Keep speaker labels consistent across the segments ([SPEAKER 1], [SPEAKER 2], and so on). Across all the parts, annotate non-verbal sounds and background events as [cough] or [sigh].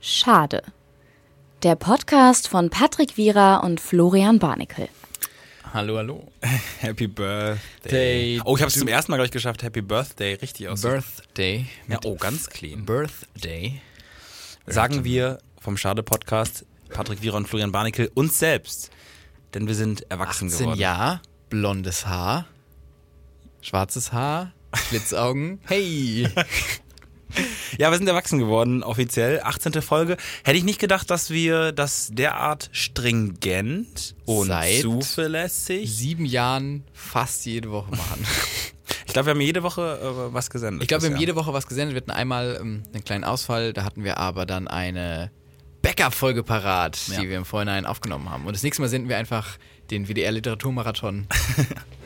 [SPEAKER 1] Schade. Der Podcast von Patrick Wierer und Florian Barnikel.
[SPEAKER 2] Hallo, hallo. Äh,
[SPEAKER 3] Happy Birthday.
[SPEAKER 2] Day
[SPEAKER 3] Oh, ich habe es zum ersten Mal, glaube ich, geschafft. Happy Birthday, richtig aus.
[SPEAKER 2] Birthday.
[SPEAKER 3] ja,
[SPEAKER 2] mit
[SPEAKER 3] oh, ganz clean.
[SPEAKER 2] Birthday.
[SPEAKER 3] Sagen wir vom Schade-Podcast Patrick Wierer und Florian Barnikel uns selbst. Denn wir sind erwachsen
[SPEAKER 2] 18
[SPEAKER 3] geworden.
[SPEAKER 2] Jahre, blondes Haar, schwarzes Haar,
[SPEAKER 3] [laughs]
[SPEAKER 2] Schlitzaugen. Hey!
[SPEAKER 3] Ja, wir sind erwachsen geworden, offiziell. 18. Folge. Hätte ich nicht gedacht, dass wir das derart stringent und
[SPEAKER 2] Seit-
[SPEAKER 3] zuverlässig.
[SPEAKER 2] Sieben Jahren fast jede Woche
[SPEAKER 3] [laughs]
[SPEAKER 2] machen.
[SPEAKER 3] Ich glaube, wir haben jede Woche äh, was gesendet.
[SPEAKER 2] Ich glaube, wir haben
[SPEAKER 3] bisher.
[SPEAKER 2] jede Woche was gesendet. Wir hatten einmal ähm, einen kleinen Ausfall, da hatten wir aber dann eine Backup-Folge parat,
[SPEAKER 3] Ja.
[SPEAKER 2] die wir im Vorhinein aufgenommen haben. Und das nächste Mal senden wir einfach den
[SPEAKER 3] [laughs]
[SPEAKER 2] WDR-Literaturmarathon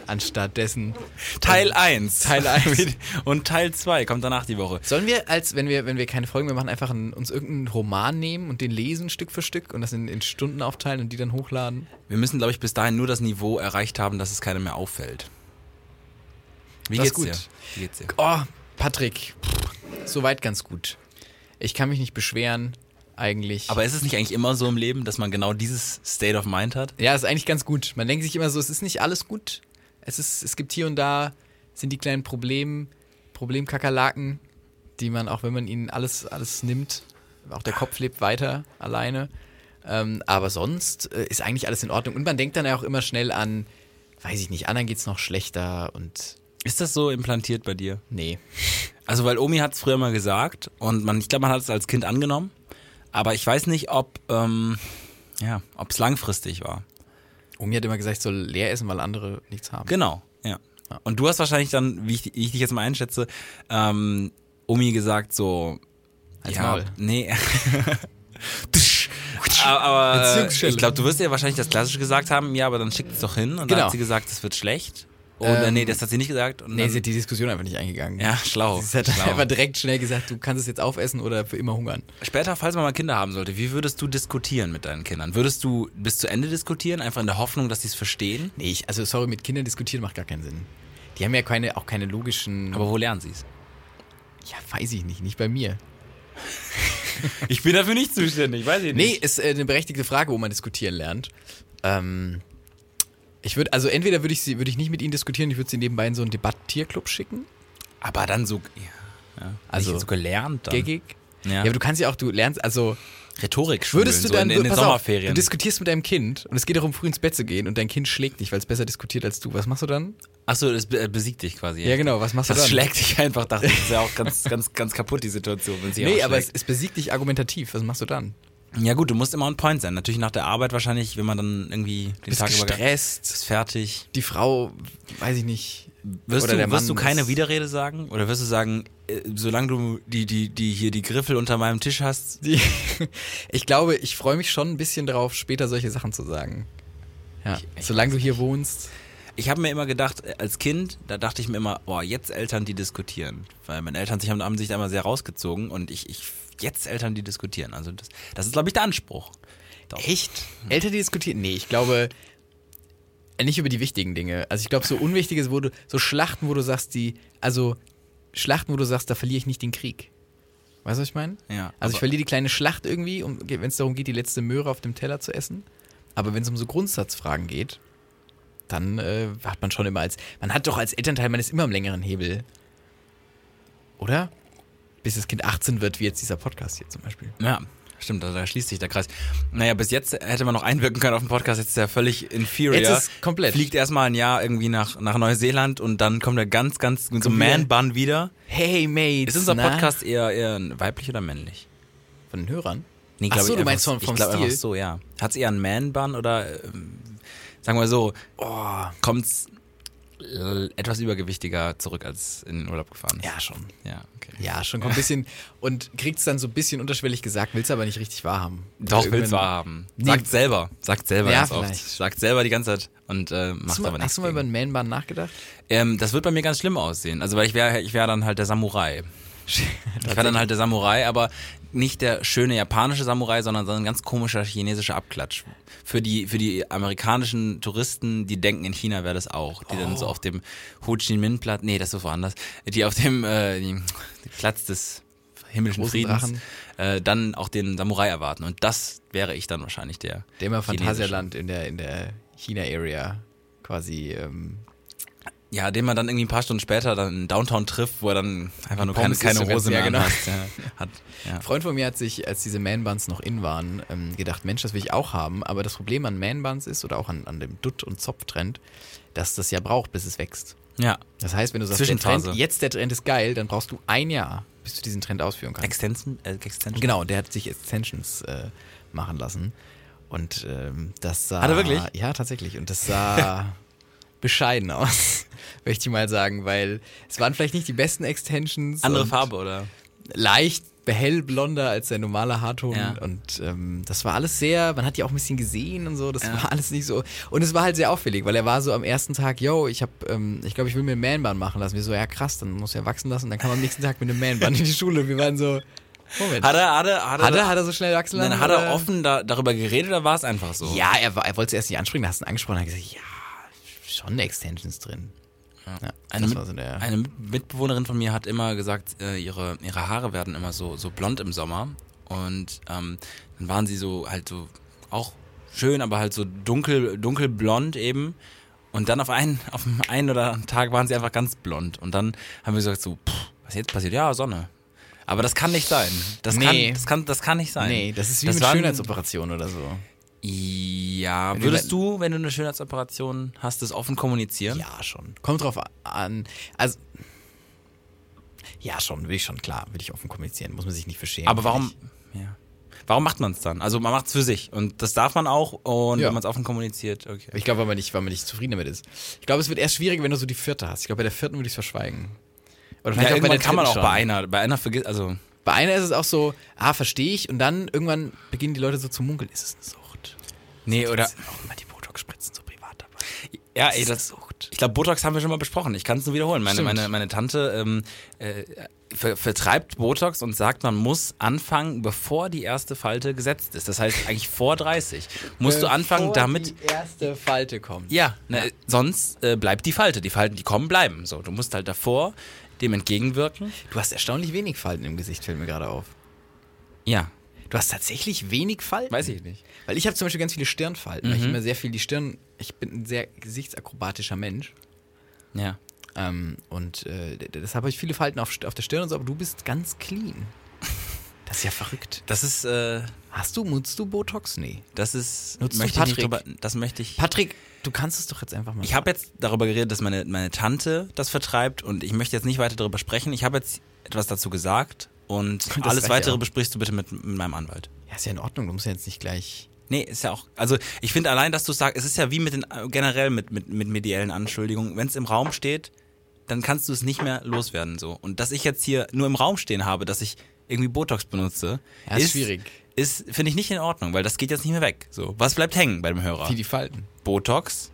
[SPEAKER 2] anstatt dessen.
[SPEAKER 3] Teil 1.
[SPEAKER 2] Teil eins.
[SPEAKER 3] [laughs] Und Teil 2 kommt danach die Woche.
[SPEAKER 2] Sollen wir, als wenn wir, wenn wir keine Folgen mehr machen, einfach einen, uns irgendeinen Roman nehmen und den lesen Stück für Stück und das in, in Stunden aufteilen und die dann hochladen?
[SPEAKER 3] Wir müssen, glaube ich, bis dahin nur das Niveau erreicht haben, dass es keinem mehr auffällt. Wie
[SPEAKER 2] Das
[SPEAKER 3] geht's
[SPEAKER 2] ist gut.
[SPEAKER 3] dir? Wie geht's dir?
[SPEAKER 2] Oh, Patrick, pff, soweit ganz gut. Ich kann mich nicht beschweren, eigentlich.
[SPEAKER 3] Aber ist es nicht eigentlich immer so im Leben, dass man genau dieses State of Mind hat?
[SPEAKER 2] Ja, ist eigentlich ganz gut. Man denkt sich immer so, es ist nicht alles gut. Es, ist, es gibt hier und da, sind die kleinen Problem, Problemkakerlaken, die man, auch wenn man ihnen alles, alles nimmt, auch der Kopf lebt weiter alleine. Ähm, aber sonst äh, ist eigentlich alles in Ordnung. Und man denkt dann ja auch immer schnell an, weiß ich nicht, anderen geht's noch schlechter und
[SPEAKER 3] Ist das so implantiert bei dir?
[SPEAKER 2] nee.
[SPEAKER 3] Also, weil Omi hat es früher mal gesagt und man, ich glaube, man hat es als Kind angenommen. Aber ich weiß nicht, ob ähm, ja, ob es langfristig war.
[SPEAKER 2] Omi hat immer gesagt, ich soll leer essen, weil andere nichts haben.
[SPEAKER 3] Genau, ja. Und du hast wahrscheinlich dann, wie ich, wie ich dich jetzt mal einschätze, ähm, Omi gesagt so,
[SPEAKER 2] Halt's Maul. [laughs]
[SPEAKER 3] nee. [laughs] aber äh,
[SPEAKER 2] Entzündungsstelle.
[SPEAKER 3] ich glaube, du wirst ihr wahrscheinlich das Klassische gesagt haben, ja, aber dann schickt es doch hin. Und dann
[SPEAKER 2] Genau.
[SPEAKER 3] hat sie gesagt, es wird schlecht. Und
[SPEAKER 2] Ähm,
[SPEAKER 3] äh, nee, das hat sie nicht gesagt. Und
[SPEAKER 2] Nee,
[SPEAKER 3] dann,
[SPEAKER 2] sie hat die Diskussion einfach nicht eingegangen.
[SPEAKER 3] ja,
[SPEAKER 2] [laughs]
[SPEAKER 3] schlau.
[SPEAKER 2] Sie hat
[SPEAKER 3] schlau.
[SPEAKER 2] einfach direkt schnell gesagt, du kannst es jetzt aufessen oder für immer hungern.
[SPEAKER 3] Später, falls man mal Kinder haben sollte, wie würdest du diskutieren mit deinen Kindern? Würdest du bis zu Ende diskutieren, einfach in der Hoffnung, dass sie es verstehen?
[SPEAKER 2] Nee, ich, also sorry, mit Kindern diskutieren macht gar keinen Sinn. Die haben ja keine, auch keine logischen.
[SPEAKER 3] Aber wo lernen sie es?
[SPEAKER 2] ja, weiß ich nicht, nicht bei mir.
[SPEAKER 3] Ich bin dafür nicht zuständig, weiß ich
[SPEAKER 2] Nee, ist äh, eine berechtigte Frage, wo man diskutieren lernt. Ähm, ich würde, also entweder würde ich sie, würde ich nicht mit ihnen diskutieren, ich würde sie nebenbei in so einen Debattierclub schicken.
[SPEAKER 3] Aber dann so, ja, ja.
[SPEAKER 2] Also-
[SPEAKER 3] also so gelernt dann.
[SPEAKER 2] Gig. Ja.
[SPEAKER 3] Ja.
[SPEAKER 2] aber du kannst ja auch, du lernst, also
[SPEAKER 3] Rhetorik schulen,
[SPEAKER 2] würdest du
[SPEAKER 3] so
[SPEAKER 2] dann
[SPEAKER 3] in, in den
[SPEAKER 2] pass auf, du
[SPEAKER 3] Sommerferien.
[SPEAKER 2] diskutierst mit deinem Kind und es geht darum, früh ins Bett zu gehen und dein Kind schlägt dich, weil es besser diskutiert als du. Was machst du dann?
[SPEAKER 3] Achso, das be- äh, besiegt dich quasi.
[SPEAKER 2] Ja, genau, was machst du
[SPEAKER 3] Das
[SPEAKER 2] dann?
[SPEAKER 3] schlägt dich einfach, dachte ich. Das ist ja auch ganz, ganz, ganz kaputt, die Situation, wenn sie
[SPEAKER 2] nee,
[SPEAKER 3] auch
[SPEAKER 2] aber es,
[SPEAKER 3] schlägt.
[SPEAKER 2] es besiegt dich argumentativ. Was machst du dann?
[SPEAKER 3] Ja, gut, du musst immer on point sein. Natürlich nach der Arbeit wahrscheinlich, wenn man dann irgendwie den
[SPEAKER 2] Bist
[SPEAKER 3] Tag über.
[SPEAKER 2] gestresst.
[SPEAKER 3] Ist fertig.
[SPEAKER 2] die Frau, weiß ich nicht.
[SPEAKER 3] Wirst,
[SPEAKER 2] Oder
[SPEAKER 3] du,
[SPEAKER 2] der Mann
[SPEAKER 3] wirst du keine
[SPEAKER 2] ist-
[SPEAKER 3] Widerrede sagen? Oder wirst du sagen, äh, solange du die, die, die hier die Griffel unter meinem Tisch hast?
[SPEAKER 2] Die [laughs] ich glaube, ich freue mich schon ein bisschen darauf, später solche Sachen zu sagen. Ja,
[SPEAKER 3] ich
[SPEAKER 2] solange du hier wohnst.
[SPEAKER 3] Ich habe mir immer gedacht, äh, als Kind, da dachte ich mir immer, boah, jetzt Eltern, die diskutieren. Weil meine Eltern sich haben, haben sich da immer sehr rausgezogen und ich, ich jetzt Eltern, die diskutieren. Also das, das ist, glaube ich, der Anspruch. Doch.
[SPEAKER 2] Echt? Eltern, die Hm. diskutieren? Nee, ich glaube nicht über die wichtigen Dinge. Also ich glaube, so Unwichtiges, wo du, so Schlachten, wo du sagst, die, also Schlachten, wo du sagst, da verliere ich nicht den Krieg. Weißt du, was ich meine?
[SPEAKER 3] Ja,
[SPEAKER 2] Also
[SPEAKER 3] aber-
[SPEAKER 2] ich verliere die kleine Schlacht irgendwie, um, wenn es darum geht, die letzte Möhre auf dem Teller zu essen. Aber wenn es um so Grundsatzfragen geht, dann äh, hat man schon immer als, man hat doch als Elternteil, man ist immer am längeren Hebel. Oder? Bis das Kind 18 wird, wie jetzt dieser Podcast hier zum Beispiel.
[SPEAKER 3] Ja, stimmt, da, da schließt sich der Kreis. Naja, bis jetzt hätte man noch einwirken können auf den Podcast, jetzt ist er völlig inferior.
[SPEAKER 2] Jetzt ist komplett.
[SPEAKER 3] Fliegt erstmal ein Jahr irgendwie nach, nach Neuseeland und dann kommt er ganz, ganz mit so einem
[SPEAKER 2] Kommt wieder.
[SPEAKER 3] Man-Bun wieder.
[SPEAKER 2] Hey, Mate.
[SPEAKER 3] Ist unser
[SPEAKER 2] na?
[SPEAKER 3] Podcast eher, eher weiblich oder männlich?
[SPEAKER 2] Von den Hörern?
[SPEAKER 3] Nee,
[SPEAKER 2] Ach
[SPEAKER 3] glaub
[SPEAKER 2] so,
[SPEAKER 3] ich
[SPEAKER 2] du
[SPEAKER 3] einfach-
[SPEAKER 2] meinst von, vom
[SPEAKER 3] ich glaub
[SPEAKER 2] Stil.
[SPEAKER 3] Einfach so, ja. Hat es eher einen Man-Bun oder, ähm, sagen wir so, oh, kommt es etwas übergewichtiger zurück als in den Urlaub gefahren ist?
[SPEAKER 2] Ja, schon.
[SPEAKER 3] Ja, okay.
[SPEAKER 2] Ja, schon
[SPEAKER 3] [laughs]
[SPEAKER 2] kommt ein bisschen. Und kriegt es dann so ein bisschen unterschwellig gesagt, willst aber nicht richtig wahrhaben.
[SPEAKER 3] Doch,
[SPEAKER 2] Irgendwann-
[SPEAKER 3] will's wahrhaben.
[SPEAKER 2] Nee.
[SPEAKER 3] Sagt selber. Sagt selber
[SPEAKER 2] Ja,
[SPEAKER 3] ganz oft.
[SPEAKER 2] vielleicht.
[SPEAKER 3] Sagt selber die ganze Zeit und äh, macht
[SPEAKER 2] Hast du
[SPEAKER 3] aber
[SPEAKER 2] mal,
[SPEAKER 3] nichts.
[SPEAKER 2] hast du mal
[SPEAKER 3] gegen.
[SPEAKER 2] über einen Man-Bun nachgedacht?
[SPEAKER 3] ähm, das wird bei mir ganz schlimm aussehen. Also, weil ich wäre ich wär dann halt
[SPEAKER 2] [laughs]
[SPEAKER 3] der Samurai. Ich wäre dann halt der Samurai, aber nicht der schöne japanische Samurai, sondern so ein ganz komischer chinesischer Abklatsch. Für die, für die amerikanischen Touristen, die denken, in China wäre das auch. Die
[SPEAKER 2] Oh.
[SPEAKER 3] dann so auf dem Ho Chi Minh Platz, nee, das ist woanders, die auf dem äh, die- Platz des himmlischen
[SPEAKER 2] Großen
[SPEAKER 3] Friedens,
[SPEAKER 2] Drachen.
[SPEAKER 3] äh, dann auch den Samurai erwarten. Und das wäre ich dann wahrscheinlich der.
[SPEAKER 2] Der immer
[SPEAKER 3] chinesische.
[SPEAKER 2] Phantasialand in der, in der China-Area quasi ähm,
[SPEAKER 3] Ja, den man dann irgendwie ein paar Stunden später dann in Downtown trifft, wo er dann einfach nur keine,
[SPEAKER 2] Pommes isst
[SPEAKER 3] keine
[SPEAKER 2] und ganz-
[SPEAKER 3] Hose
[SPEAKER 2] ja,
[SPEAKER 3] mehr
[SPEAKER 2] genau.
[SPEAKER 3] anhat. Ja, hat. Ja.
[SPEAKER 2] Ein Freund von mir hat sich, als diese Man-Buns noch in waren, ähm, gedacht, Mensch, das will ich auch haben. Aber das Problem an Man-Buns ist, oder auch an, an dem Dutt- und Zopftrend, dass das ja braucht, bis es wächst.
[SPEAKER 3] ja.
[SPEAKER 2] Das heißt, wenn du sagst, der
[SPEAKER 3] Zwischenphase.
[SPEAKER 2] Trend, jetzt der Trend ist geil, dann brauchst du ein Jahr, bis du diesen Trend ausführen kannst.
[SPEAKER 3] Extension? Äh, Extension?
[SPEAKER 2] genau, der hat sich Extensions äh, machen lassen. Und ähm, das sah...
[SPEAKER 3] Hat er wirklich?
[SPEAKER 2] Ja, tatsächlich. Und das
[SPEAKER 3] [laughs]
[SPEAKER 2] sah bescheiden aus, [laughs] möchte ich mal sagen, weil es waren vielleicht nicht die besten Extensions.
[SPEAKER 3] Andere
[SPEAKER 2] und-
[SPEAKER 3] Farbe, oder?
[SPEAKER 2] leicht hellblonder als der normale Haarton
[SPEAKER 3] Ja.
[SPEAKER 2] und ähm, das war alles sehr, man hat die auch ein bisschen gesehen und so, das
[SPEAKER 3] Ja.
[SPEAKER 2] war alles nicht so und es war halt sehr auffällig, weil er war so am ersten Tag, yo, ich habe, ähm, ich glaube, ich will mir einen Man-Bun machen lassen. Wir so, ja krass, dann muss er wachsen lassen, dann kann man am nächsten Tag mit einem Man-Bun in die Schule. Wir waren so, Moment,
[SPEAKER 3] Hat er, hat er,
[SPEAKER 2] hat er, hat er so schnell wachsen lassen?
[SPEAKER 3] Nein, hat er
[SPEAKER 2] oder?
[SPEAKER 3] offen da, darüber geredet oder war es einfach so?
[SPEAKER 2] Ja, er, war- er wollte es erst nicht ansprechen, dann hast du ihn angesprochen, dann hat er gesagt, ja, schon Extensions drin. Ja,
[SPEAKER 3] Eine,
[SPEAKER 2] das
[SPEAKER 3] Mit-
[SPEAKER 2] war so der,
[SPEAKER 3] eine Mitbewohnerin von mir hat immer gesagt, äh, ihre, ihre Haare werden immer so, so blond im Sommer. Und ähm, dann waren sie so halt so auch schön, aber halt so dunkel, dunkelblond eben. Und dann auf einen, [laughs] auf dem einen oder anderen Tag waren sie einfach ganz blond. Und dann haben wir gesagt so, pff, was jetzt passiert? Ja, Sonne. Aber das kann nicht sein. Das,
[SPEAKER 2] Nee.
[SPEAKER 3] kann, das, kann, das kann nicht sein.
[SPEAKER 2] nee, das ist wie mit
[SPEAKER 3] waren-
[SPEAKER 2] Schönheitsoperation oder so.
[SPEAKER 3] Ja,
[SPEAKER 2] Wenn du
[SPEAKER 3] würdest du, wenn du eine Schönheitsoperation hast, das offen kommunizieren?
[SPEAKER 2] Ja, schon. Kommt drauf an. Also. Ja, schon, will ich schon, klar, will ich offen kommunizieren, muss man sich nicht verschämen.
[SPEAKER 3] Aber warum? Ja. Warum macht man es dann? Also man macht es für sich und das darf man auch und
[SPEAKER 2] Ja.
[SPEAKER 3] wenn man es offen kommuniziert, okay.
[SPEAKER 2] Ich glaube, weil man nicht, weil man nicht zufrieden damit ist. Ich glaube, es wird erst schwierig, wenn du so die vierte hast. Ich glaube, bei der vierten würde ich es verschweigen. Oder
[SPEAKER 3] Ja,
[SPEAKER 2] vielleicht auch bei
[SPEAKER 3] irgendwann
[SPEAKER 2] der
[SPEAKER 3] kann man auch
[SPEAKER 2] dritten
[SPEAKER 3] bei
[SPEAKER 2] schon.
[SPEAKER 3] einer, bei einer vergisst, also
[SPEAKER 2] Bei einer ist es auch so, ah, verstehe ich, und dann irgendwann beginnen die Leute so zu munkeln. Ist es eine Sucht?
[SPEAKER 3] nee oder
[SPEAKER 2] Sind auch immer die Botox-Spritzen so privat dabei.
[SPEAKER 3] ja,
[SPEAKER 2] Ist
[SPEAKER 3] ey,
[SPEAKER 2] es
[SPEAKER 3] das,
[SPEAKER 2] eine Sucht?
[SPEAKER 3] ich glaube Botox haben wir schon mal besprochen. Ich kann es nur wiederholen. Meine,
[SPEAKER 2] Stimmt.
[SPEAKER 3] meine, meine Tante ähm, äh, ver vertreibt Botox und sagt, man muss anfangen, bevor die erste Falte gesetzt ist. Das heißt eigentlich vor 30 musst du anfangen, damit
[SPEAKER 2] die erste Falte kommt.
[SPEAKER 3] Ja, ne, sonst äh, bleibt die Falte. Die Falten, die kommen, bleiben. So, du musst halt davor dem entgegenwirken.
[SPEAKER 2] Du hast erstaunlich wenig Falten im Gesicht, fällt mir gerade auf.
[SPEAKER 3] Ja.
[SPEAKER 2] Du hast tatsächlich wenig Falten.
[SPEAKER 3] Weiß ich nicht. Mhm.
[SPEAKER 2] Weil ich habe zum Beispiel ganz viele Stirnfalten, weil ich immer sehr viel die Stirn. Ich bin ein sehr gesichtsakrobatischer Mensch.
[SPEAKER 3] Ja.
[SPEAKER 2] Ähm, und äh, d- deshalb habe ich viele Falten auf, St- auf der Stirn und so, aber du bist ganz
[SPEAKER 3] [laughs]
[SPEAKER 2] clean. Das ist ja verrückt.
[SPEAKER 3] Das ist, äh,
[SPEAKER 2] Hast du, nutzt du Botox? Nee.
[SPEAKER 3] das ist,
[SPEAKER 2] Nutzt du
[SPEAKER 3] möchte ich nicht
[SPEAKER 2] Patrick?
[SPEAKER 3] drüber, das möchte ich.
[SPEAKER 2] Patrick, du kannst es doch jetzt einfach mal.
[SPEAKER 3] Ich habe jetzt darüber geredet, dass meine, meine Tante das vertreibt und ich möchte jetzt nicht weiter darüber sprechen. Ich habe jetzt etwas dazu gesagt
[SPEAKER 2] [laughs]
[SPEAKER 3] und
[SPEAKER 2] Das reicht
[SPEAKER 3] alles weitere
[SPEAKER 2] ja.
[SPEAKER 3] besprichst du bitte mit, mit meinem Anwalt.
[SPEAKER 2] ja, ist ja in Ordnung, du musst ja jetzt nicht gleich.
[SPEAKER 3] Nee, ist ja auch. Also ich finde allein, dass du sagst, es ist ja wie mit den generell mit, mit, mit mediellen Anschuldigungen. Wenn es im Raum steht, dann kannst du es nicht mehr loswerden so. Und dass ich jetzt hier nur im Raum stehen habe, dass ich irgendwie Botox benutze,
[SPEAKER 2] Ja, ist schwierig.
[SPEAKER 3] Ist finde ich nicht in Ordnung, weil das geht jetzt nicht mehr weg. So, was bleibt hängen bei dem Hörer?
[SPEAKER 2] Wie die Falten.
[SPEAKER 3] Botox,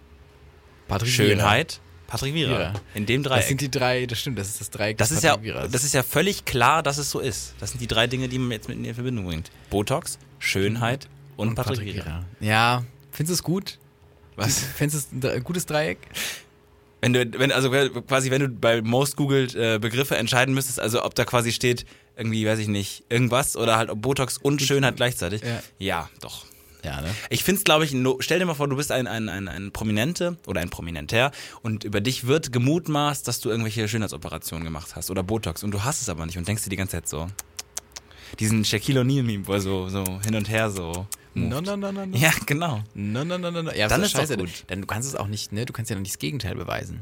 [SPEAKER 2] Patrick
[SPEAKER 3] Schönheit, Patrick Vierer.
[SPEAKER 2] Vierer.
[SPEAKER 3] In dem
[SPEAKER 2] Vierer. Das
[SPEAKER 3] Dreieck.
[SPEAKER 2] sind die drei, das stimmt, das ist das Dreieck.
[SPEAKER 3] Das
[SPEAKER 2] des
[SPEAKER 3] ist ja,
[SPEAKER 2] Patrick Vierers.
[SPEAKER 3] das ist ja völlig klar, dass es so ist. Das sind die drei Dinge, die man jetzt mit in Verbindung bringt: Botox, Schönheit und, Patrick, Hm. Vierer.
[SPEAKER 2] Ja, findest du es gut?
[SPEAKER 3] Was?
[SPEAKER 2] Findest du es ein dre- gutes Dreieck?
[SPEAKER 3] Wenn du, wenn, also quasi, wenn du bei Most googelt äh, Begriffe entscheiden müsstest, also ob da quasi steht, irgendwie, weiß ich nicht, irgendwas oder halt ob Botox und Schönheit gleichzeitig.
[SPEAKER 2] Ja.
[SPEAKER 3] doch.
[SPEAKER 2] Ja, ne?
[SPEAKER 3] Ich find's, glaube ich, no, stell dir mal vor, du bist ein, ein, ein, ein Prominente oder ein Prominentär und über dich wird gemutmaßt, dass du irgendwelche Schönheitsoperationen gemacht hast oder Botox und du hast es aber nicht und denkst dir die ganze Zeit so, diesen Shaquille O'Neal-Meme, wo er so, so hin und her so. moved.
[SPEAKER 2] No, no, no, no, no.
[SPEAKER 3] Ja, genau.
[SPEAKER 2] No, no, no, no, no. Ja,
[SPEAKER 3] Dann
[SPEAKER 2] dann ist
[SPEAKER 3] ist doch
[SPEAKER 2] scheiße.
[SPEAKER 3] gut.
[SPEAKER 2] Dann du kannst es auch nicht, ne? Du kannst ja noch nicht das Gegenteil beweisen.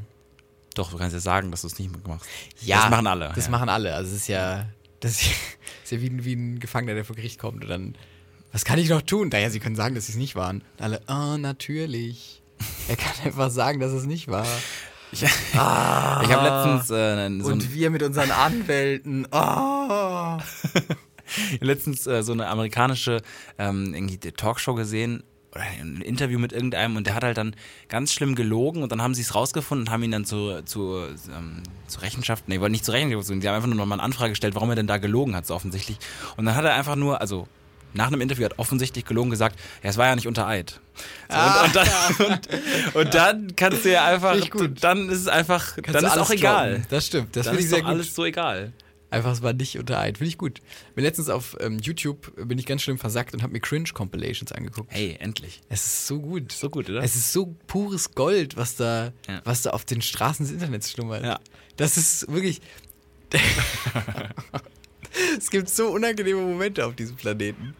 [SPEAKER 3] Doch, du kannst ja sagen, dass du es nicht gemacht hast. Das machen alle.
[SPEAKER 2] Das
[SPEAKER 3] ja.
[SPEAKER 2] machen alle. Also es ist ja, das ist ja, [laughs] ist ja wie, ein- wie ein Gefangener, der vor Gericht kommt und dann, was kann ich noch tun? Naja, sie können sagen, dass sie es nicht waren. Und alle, oh, natürlich. Er kann [laughs] einfach sagen, dass es nicht war.
[SPEAKER 3] [laughs] Ich habe letztens, äh, so, ein,
[SPEAKER 2] Ah. Und wir mit unseren Anwälten, oh.
[SPEAKER 3] [laughs] letztens äh, so eine amerikanische ähm, irgendwie die Talkshow gesehen oder ein Interview mit irgendeinem und der hat halt dann ganz schlimm gelogen und dann haben sie es rausgefunden und haben ihn dann zu, zu, ähm, zu Rechenschaft, nee, wollen nicht zu Rechenschaft, sondern sie haben einfach nur nochmal eine Anfrage gestellt, warum er denn da gelogen hat, so offensichtlich. Und dann hat er einfach nur, also nach einem Interview hat offensichtlich gelogen gesagt, ja, es war ja nicht unter Eid. So, und, und, dann, [laughs] und, und dann kannst du ja einfach,
[SPEAKER 2] Finde ich Ah. gut.
[SPEAKER 3] dann ist es einfach, dann ist
[SPEAKER 2] alles
[SPEAKER 3] auch egal.
[SPEAKER 2] droppen. Das stimmt, das
[SPEAKER 3] Dann
[SPEAKER 2] finde ich
[SPEAKER 3] ist
[SPEAKER 2] sehr
[SPEAKER 3] doch
[SPEAKER 2] gut.
[SPEAKER 3] alles so egal.
[SPEAKER 2] Einfach, es war nicht unter einen. Finde ich gut. Bin letztens auf ähm, YouTube äh, bin ich ganz schlimm versackt und habe mir Cringe-Compilations angeguckt.
[SPEAKER 3] Hey, endlich.
[SPEAKER 2] Es ist so gut.
[SPEAKER 3] So gut, oder?
[SPEAKER 2] Es ist so pures Gold, was da,
[SPEAKER 3] Ja.
[SPEAKER 2] was da auf den Straßen des Internets schlummert.
[SPEAKER 3] Ja.
[SPEAKER 2] Das ist wirklich. [laughs] es gibt so unangenehme Momente auf diesem Planeten.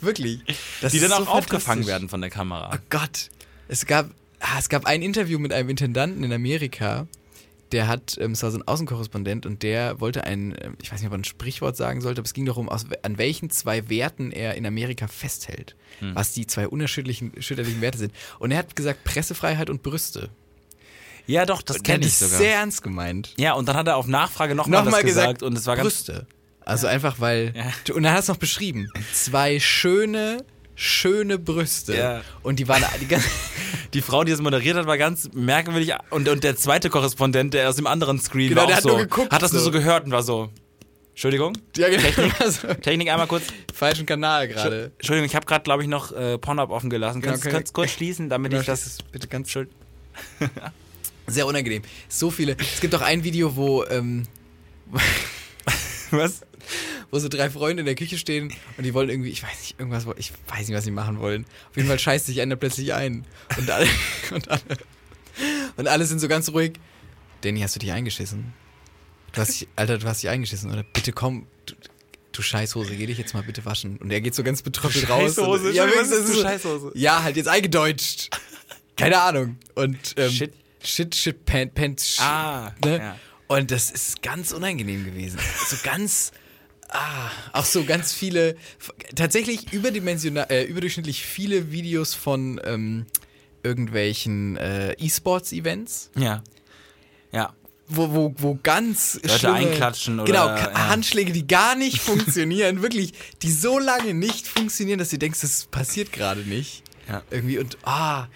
[SPEAKER 2] Wirklich. Das
[SPEAKER 3] Die
[SPEAKER 2] ist
[SPEAKER 3] dann auch
[SPEAKER 2] so
[SPEAKER 3] aufgefangen
[SPEAKER 2] fantastisch.
[SPEAKER 3] werden von der Kamera.
[SPEAKER 2] Oh Gott. Es gab, ah, es gab ein Interview mit einem Intendanten in Amerika, der hat, ähm, es war so ein Außenkorrespondent und der wollte ein, ähm, ich weiß nicht, ob er ein Sprichwort sagen sollte, aber es ging darum, aus, an welchen zwei Werten er in Amerika festhält.
[SPEAKER 3] Hm.
[SPEAKER 2] Was die zwei unterschiedlichen unterschiedlichen Werte sind. Und er hat gesagt, Pressefreiheit und Brüste.
[SPEAKER 3] Ja, doch, das
[SPEAKER 2] Und der hat
[SPEAKER 3] kenne ich
[SPEAKER 2] das
[SPEAKER 3] sogar.
[SPEAKER 2] sehr ernst gemeint.
[SPEAKER 3] ja, und dann hat er auf Nachfrage nochmal
[SPEAKER 2] Nochmal
[SPEAKER 3] das gesagt,
[SPEAKER 2] gesagt,
[SPEAKER 3] und es war ganz
[SPEAKER 2] Brüste. Also einfach, weil.
[SPEAKER 3] Ja.
[SPEAKER 2] Und dann hat er es noch beschrieben. Zwei schöne, schöne Brüste.
[SPEAKER 3] Ja.
[SPEAKER 2] Und die waren die ganze [laughs]
[SPEAKER 3] Die Frau, die das moderiert hat, war ganz merkwürdig. Und, und der zweite Korrespondent, der aus dem anderen Screen
[SPEAKER 2] Genau,
[SPEAKER 3] war, auch
[SPEAKER 2] der hat
[SPEAKER 3] so,
[SPEAKER 2] nur geguckt,
[SPEAKER 3] hat das nur
[SPEAKER 2] so.
[SPEAKER 3] so gehört und war so. Entschuldigung?
[SPEAKER 2] Ja, genau. [laughs] Also,
[SPEAKER 3] Technik einmal kurz.
[SPEAKER 2] falschen Kanal gerade.
[SPEAKER 3] Entschuldigung, ich habe gerade, glaube ich, noch äh, Pornhub offen gelassen.
[SPEAKER 2] Genau,
[SPEAKER 3] Kannst du
[SPEAKER 2] okay.
[SPEAKER 3] kurz, kurz schließen, damit
[SPEAKER 2] Genau,
[SPEAKER 3] ich das.
[SPEAKER 2] schließ bitte ganz
[SPEAKER 3] Schuld.
[SPEAKER 2] Sehr unangenehm. So viele. Es gibt auch ein Video, wo, ähm,
[SPEAKER 3] [laughs] Was?
[SPEAKER 2] wo so drei Freunde in der Küche stehen und die wollen irgendwie, ich weiß nicht, irgendwas, wo- ich weiß nicht, was sie machen wollen. Auf jeden Fall scheißt sich einer plötzlich ein. Und alle, [laughs] und alle, und alle sind so ganz ruhig. Danny, hast du dich eingeschissen? Du hast dich, Alter, du hast dich eingeschissen, oder? Bitte komm. Du, du Scheißhose, geh dich jetzt mal bitte waschen. Und er geht so ganz betroffen raus. und-
[SPEAKER 3] Scheißhose,
[SPEAKER 2] ja, wirklich,
[SPEAKER 3] Entschuldigung, was ist
[SPEAKER 2] das
[SPEAKER 3] du
[SPEAKER 2] ist so-
[SPEAKER 3] Scheißhose?
[SPEAKER 2] Ja, halt jetzt eingedeutscht. Keine Ahnung. Und ähm,
[SPEAKER 3] Shit.
[SPEAKER 2] Shit, Shit, Pant, Pant, sh-
[SPEAKER 3] Ah,
[SPEAKER 2] ne?
[SPEAKER 3] ja.
[SPEAKER 2] Und das ist ganz unangenehm gewesen. So ganz, ah, auch so ganz viele, f- tatsächlich überdimensional, äh, überdurchschnittlich viele Videos von ähm, irgendwelchen äh, E-Sports-Events,
[SPEAKER 3] Ja. Ja.
[SPEAKER 2] wo, wo, wo ganz
[SPEAKER 3] Leute einklatschen oder-
[SPEAKER 2] genau,
[SPEAKER 3] ja.
[SPEAKER 2] K- Handschläge, die gar nicht [laughs] funktionieren, wirklich, die so lange nicht funktionieren, dass du denkst, das passiert gerade nicht.
[SPEAKER 3] Ja.
[SPEAKER 2] Irgendwie und ah,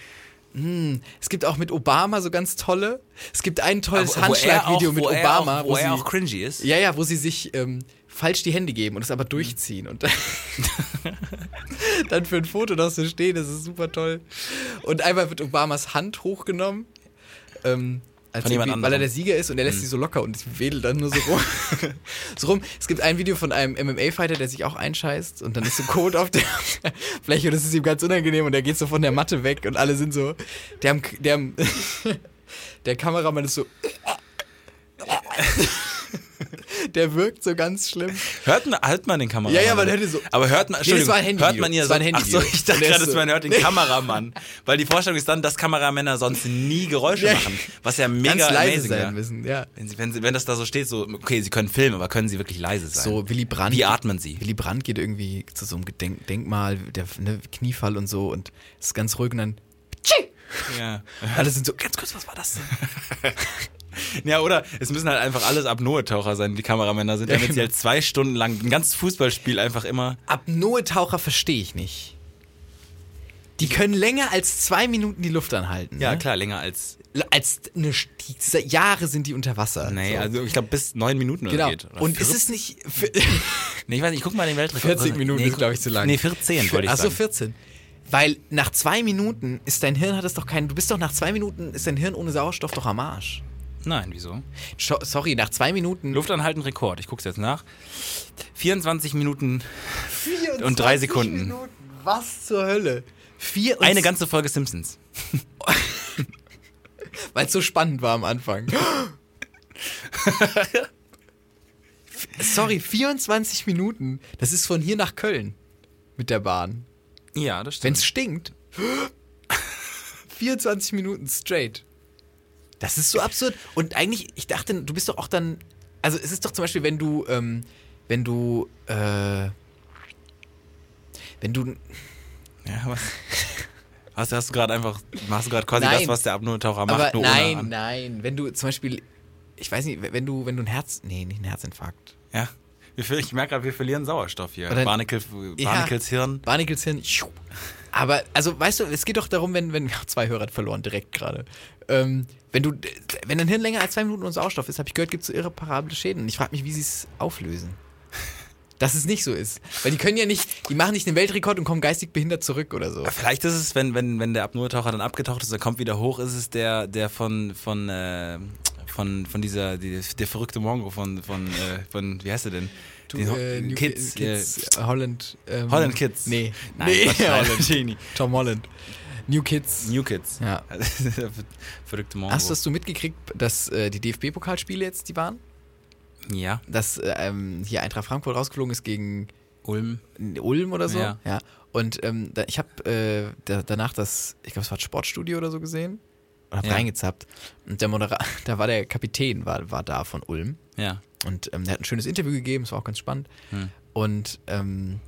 [SPEAKER 2] mh. es gibt auch mit Obama so ganz tolle. Es gibt ein tolles
[SPEAKER 3] Aber wo er
[SPEAKER 2] Handschlagvideo
[SPEAKER 3] auch-
[SPEAKER 2] mit
[SPEAKER 3] wo er
[SPEAKER 2] Obama,
[SPEAKER 3] auch- Wo, er auch cringy ist.
[SPEAKER 2] ja, ja, wo sie sich ähm, falsch die Hände geben und es aber durchziehen
[SPEAKER 3] [laughs]
[SPEAKER 2] und dann für ein Foto noch so stehen, das ist super toll. Und einmal wird Obamas Hand hochgenommen, ähm, als
[SPEAKER 3] Von jemand
[SPEAKER 2] irgendwie- weil er
[SPEAKER 3] anderem. Mhm.
[SPEAKER 2] der Sieger ist und er lässt sie so locker und sie wedelt dann nur so
[SPEAKER 3] [laughs]
[SPEAKER 2] rum. so rum. Es gibt ein Video von einem MMA-Fighter, der sich auch einscheißt und dann ist so Kot auf der [laughs] Fläche und es ist ihm ganz unangenehm und er geht so von der Matte weg und alle sind so, der, haben- der, haben- [laughs] der Kameramann ist so, [laughs] der wirkt so ganz schlimm.
[SPEAKER 3] Hört, man, hört man den Kameramann?
[SPEAKER 2] Ja, ja, man hört ihn so.
[SPEAKER 3] Aber hört man, Entschuldigung,
[SPEAKER 2] war ein Handyvideo.
[SPEAKER 3] hört man ihr
[SPEAKER 2] Das
[SPEAKER 3] so,
[SPEAKER 2] war ein
[SPEAKER 3] ach so,
[SPEAKER 2] Handyvideo.
[SPEAKER 3] ich dachte
[SPEAKER 2] Und er
[SPEAKER 3] gerade,
[SPEAKER 2] ist
[SPEAKER 3] dass
[SPEAKER 2] so-
[SPEAKER 3] man hört den Kameramann. Weil die Vorstellung ist dann, dass Kameramänner sonst nie Geräusche
[SPEAKER 2] Ja.
[SPEAKER 3] machen. Was ja mega
[SPEAKER 2] Ganz leise
[SPEAKER 3] amazing
[SPEAKER 2] sein
[SPEAKER 3] wäre.
[SPEAKER 2] müssen, ja.
[SPEAKER 3] Wenn, sie, wenn, sie, wenn das da so steht, so, okay, sie können filmen, aber können sie wirklich leise sein?
[SPEAKER 2] So, Willy Brandt.
[SPEAKER 3] Wie atmen sie?
[SPEAKER 2] Willy Brandt geht irgendwie zu so einem Gedenk Denkmal, der ne, Kniefall und so und ist ganz ruhig und dann. Tschi!
[SPEAKER 3] Ja.
[SPEAKER 2] Alle sind so, ganz kurz, was war das denn?
[SPEAKER 3] ja, oder es müssen halt einfach alles Apnoe-Taucher sein, die Kameramänner sind,
[SPEAKER 2] Ja,
[SPEAKER 3] damit sie
[SPEAKER 2] genau.
[SPEAKER 3] halt zwei Stunden lang ein ganzes Fußballspiel einfach immer.
[SPEAKER 2] Apnoe-Taucher verstehe ich nicht. Die können länger als zwei Minuten die Luft anhalten.
[SPEAKER 3] Ja,
[SPEAKER 2] ne?
[SPEAKER 3] klar, länger als.
[SPEAKER 2] Als eine, St- die, seit Jahre sind die unter Wasser.
[SPEAKER 3] Nee,
[SPEAKER 2] so.
[SPEAKER 3] also ich glaube, bis neun Minuten
[SPEAKER 2] Genau.
[SPEAKER 3] oder geht. Oder
[SPEAKER 2] und ist
[SPEAKER 3] vier-
[SPEAKER 2] es nicht. für- [laughs]
[SPEAKER 3] Nee, ich weiß nicht, ich guck mal den Weltrekord.
[SPEAKER 2] 40 Minuten ist, glaube ich, zu lang.
[SPEAKER 3] Nee, 14 wollte ich
[SPEAKER 2] Achso,
[SPEAKER 3] sagen.
[SPEAKER 2] 14. Weil nach zwei Minuten ist dein Hirn, hat es doch keinen. Du bist doch nach zwei Minuten, ist dein Hirn ohne Sauerstoff doch am Arsch.
[SPEAKER 3] Nein, wieso?
[SPEAKER 2] Scho- sorry, nach zwei Minuten.
[SPEAKER 3] Luft anhalten Rekord. Ich guck's jetzt nach. 24 Minuten und drei Sekunden.
[SPEAKER 2] Minuten. Was zur Hölle? Vier und
[SPEAKER 3] Eine ganze Folge Simpsons.
[SPEAKER 2] Weil es so spannend war am Anfang. sorry, 24 Minuten. Das ist von hier nach Köln mit der Bahn.
[SPEAKER 3] Ja, das
[SPEAKER 2] Wenn es stinkt. 24 Minuten straight. Das ist so absurd. Und eigentlich, ich dachte, du bist doch auch dann. Also es ist doch zum Beispiel, wenn du, ähm, wenn du, äh, wenn du.
[SPEAKER 3] Ja, [laughs] was? Hast, hast du gerade einfach, machst du gerade quasi
[SPEAKER 2] Nein.
[SPEAKER 3] das, was der Apnoe-Taucher macht,
[SPEAKER 2] Aber
[SPEAKER 3] nur ohne
[SPEAKER 2] nein,
[SPEAKER 3] an.
[SPEAKER 2] nein. Wenn du zum Beispiel, ich weiß nicht, wenn du, wenn du ein Herz. Nee, nicht ein Herzinfarkt.
[SPEAKER 3] Ja. Wir ver- Ich merke gerade, wir verlieren Sauerstoff hier.
[SPEAKER 2] Oder-
[SPEAKER 3] Barnacle,
[SPEAKER 2] Ja.
[SPEAKER 3] Barnacles Hirn.
[SPEAKER 2] Barnacles Hirn. schuh. Aber, also, weißt du, es geht doch darum, wenn, [laughs] wenn zwei Hörer hat verloren direkt gerade. Ähm, wenn du, wenn dein Hirn länger als zwei Minuten unter Sauerstoff ist, habe ich gehört, gibt es so irreparable Schäden. Und ich frage mich, wie sie es auflösen. [laughs] Dass es nicht so ist. Weil die können ja nicht, die machen nicht einen Weltrekord und kommen geistig behindert zurück oder so.
[SPEAKER 3] Vielleicht ist es, wenn, wenn, wenn der Apnoe-Taucher dann abgetaucht ist, er kommt wieder hoch, ist es der, der von, von, äh, von, von dieser, die, der verrückte Mongo von, von, äh, von wie heißt er denn?
[SPEAKER 2] Du,
[SPEAKER 3] Den Ho-
[SPEAKER 2] äh, New
[SPEAKER 3] Kids.
[SPEAKER 2] Kids äh, Holland. ähm,
[SPEAKER 3] Holland Kids.
[SPEAKER 2] Nee.
[SPEAKER 3] Nein, Quatsch, nein, [laughs] Genie.
[SPEAKER 2] Tom Holland. New
[SPEAKER 3] Äh,
[SPEAKER 2] Kids.
[SPEAKER 3] New Kids.
[SPEAKER 2] Ja.
[SPEAKER 3] Der ver- [laughs] verrückte Mongo.
[SPEAKER 2] Hast, du- hast du mitgekriegt, dass äh, die DFB-Pokalspiele jetzt, die waren?
[SPEAKER 3] Ja.
[SPEAKER 2] Dass äh, ähm, hier Eintracht Frankfurt rausgeflogen ist gegen
[SPEAKER 3] Ulm.
[SPEAKER 2] Ulm oder so?
[SPEAKER 3] Ja.
[SPEAKER 2] Und ähm, da, ich habe äh, da, danach das, ich glaube, es war das Sportstudio oder so gesehen. Und hab
[SPEAKER 3] Ja.
[SPEAKER 2] reingezappt. Und der Moderator, [laughs] da war der Kapitän, war, war da von Ulm.
[SPEAKER 3] Ja.
[SPEAKER 2] Und ähm, der hat ein schönes Interview gegeben, es war auch ganz spannend.
[SPEAKER 3] Hm.
[SPEAKER 2] Und ähm,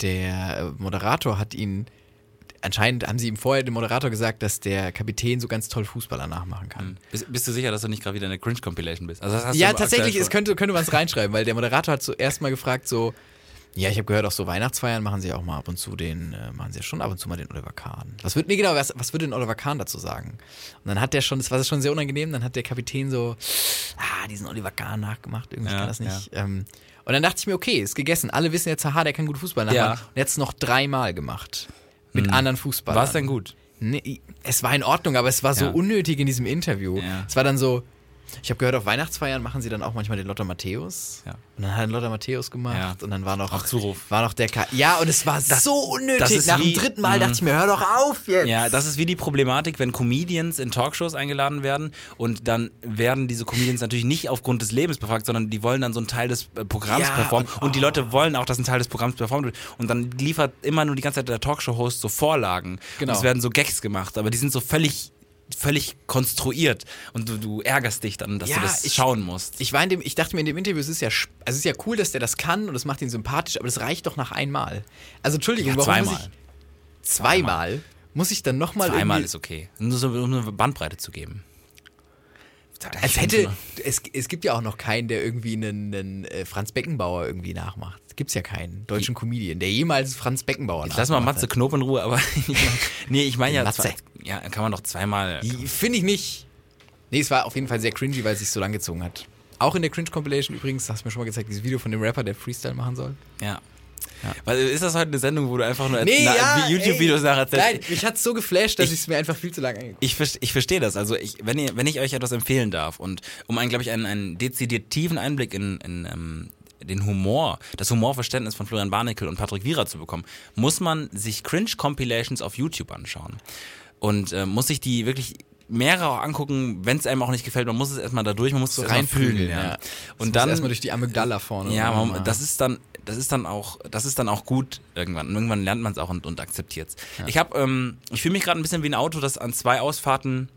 [SPEAKER 2] der äh, Moderator hat ihn, anscheinend haben sie ihm vorher dem Moderator gesagt, dass der Kapitän so ganz toll Fußballer nachmachen kann.
[SPEAKER 3] Hm. Bist, bist du sicher, dass du nicht gerade wieder in der Cringe-Compilation bist? Also das hast
[SPEAKER 2] Ja,
[SPEAKER 3] du
[SPEAKER 2] tatsächlich,
[SPEAKER 3] aktuell
[SPEAKER 2] es könnte, könnte man es reinschreiben, weil der Moderator hat zuerst mal gefragt, so, ja, ich habe gehört, auch so Weihnachtsfeiern machen sie auch mal ab und zu den, äh, machen sie ja schon ab und zu mal den Oliver Kahn. Was würde, nee, genau, was, was würde denn Oliver Kahn dazu sagen? Und dann hat der schon, das war schon sehr unangenehm, dann hat der Kapitän so, ah, diesen Oliver Kahn nachgemacht, irgendwie ich
[SPEAKER 3] Ja,
[SPEAKER 2] kann das nicht. Ähm, und dann dachte ich mir, okay, ist gegessen. Alle wissen jetzt, haha, der kann gut Fußball
[SPEAKER 3] Ja.
[SPEAKER 2] nachmachen. Und jetzt noch dreimal gemacht. Mit anderen
[SPEAKER 3] schon.
[SPEAKER 2] Fußballern.
[SPEAKER 3] War es denn gut?
[SPEAKER 2] Nee, es war in Ordnung, aber es war so
[SPEAKER 3] Ja.
[SPEAKER 2] unnötig in diesem Interview.
[SPEAKER 3] Ja.
[SPEAKER 2] Es war dann so, ich habe gehört, auf Weihnachtsfeiern machen sie dann auch manchmal den Lothar Matthäus.
[SPEAKER 3] Ja.
[SPEAKER 2] Und dann hat Lothar Matthäus gemacht
[SPEAKER 3] Ja.
[SPEAKER 2] und dann war noch,
[SPEAKER 3] Auf Zuruf.
[SPEAKER 2] war noch der Ka Ja, und es war so unnötig.
[SPEAKER 3] das ist
[SPEAKER 2] Nach
[SPEAKER 3] wie-
[SPEAKER 2] dem dritten Mal dachte ich mir, hör doch auf jetzt.
[SPEAKER 3] Ja, das ist wie die Problematik, wenn Comedians in Talkshows eingeladen werden und dann werden diese Comedians natürlich nicht aufgrund des Lebens befragt, sondern die wollen dann so einen Teil des äh, Programms
[SPEAKER 2] Ja,
[SPEAKER 3] performen und, Oh.
[SPEAKER 2] und-
[SPEAKER 3] die Leute wollen auch, dass ein Teil des Programms performt wird und dann liefert immer nur die ganze Zeit der Talkshow-Host so Vorlagen
[SPEAKER 2] Genau.
[SPEAKER 3] und es werden so Gags gemacht, aber die sind so völlig völlig konstruiert und du, du ärgerst dich dann, dass
[SPEAKER 2] Ja,
[SPEAKER 3] du das
[SPEAKER 2] ich-
[SPEAKER 3] schauen musst.
[SPEAKER 2] Ich, war in dem, ich dachte mir in dem Interview, es ist, ja, sp- also es ist ja cool, dass der das kann und es macht ihn sympathisch, aber das reicht doch nach einmal. Also Entschuldigung,
[SPEAKER 3] Ja,
[SPEAKER 2] warum
[SPEAKER 3] zweimal.
[SPEAKER 2] muss ich zweimal muss ich dann nochmal
[SPEAKER 3] Einmal ist okay, nur so um eine Bandbreite zu geben.
[SPEAKER 2] Als hätte, es, es gibt ja auch noch keinen, der irgendwie einen, einen äh, Franz Beckenbauer irgendwie nachmacht. Gibt's ja keinen deutschen Comedian, der jemals Franz Beckenbauer
[SPEAKER 3] Lass mal Matze Knob in Ruhe, aber [laughs] nee, ich meine ja,
[SPEAKER 2] Matze.
[SPEAKER 3] zwei- ja, kann man doch zweimal.
[SPEAKER 2] Finde ich nicht. Nee, es war auf jeden Fall sehr cringy, weil es sich so lang gezogen hat. Auch in der Cringe-Compilation übrigens, hast du mir schon mal gezeigt, dieses Video von dem Rapper, der Freestyle machen soll.
[SPEAKER 3] Ja. Weil ist das heute eine Sendung, wo du einfach nur
[SPEAKER 2] Nee,
[SPEAKER 3] na-
[SPEAKER 2] ja,
[SPEAKER 3] wie YouTube-Videos
[SPEAKER 2] ey.
[SPEAKER 3] nacherzählst?
[SPEAKER 2] Nein, mich hat's so geflasht, dass
[SPEAKER 3] Ich-
[SPEAKER 2] ich es mir einfach viel zu lang angeguckt
[SPEAKER 3] Ich, ver- ich verstehe das. Also ich, wenn, ihr, wenn ich euch etwas empfehlen darf und um einen, glaube ich, einen, einen dezidiert tiefen Einblick in, in ähm, den Humor, das Humorverständnis von Florian Barnickel und Patrick Wierer zu bekommen, muss man sich Cringe-Compilations auf YouTube anschauen. Und äh, muss sich die wirklich mehrere auch angucken, wenn es einem auch nicht gefällt. Man muss es erstmal da durch, man muss es erstmal fühlen. Ja. Und dann,
[SPEAKER 2] erstmal durch die Amygdala vorne.
[SPEAKER 3] ja,
[SPEAKER 2] oder?
[SPEAKER 3] man, das ist dann, das ist dann auch, das ist dann auch gut irgendwann. Und irgendwann lernt man es auch und, und akzeptiert es. Ich habe, ähm, ich fühle mich gerade ein bisschen wie ein Auto, das an zwei Ausfahrten,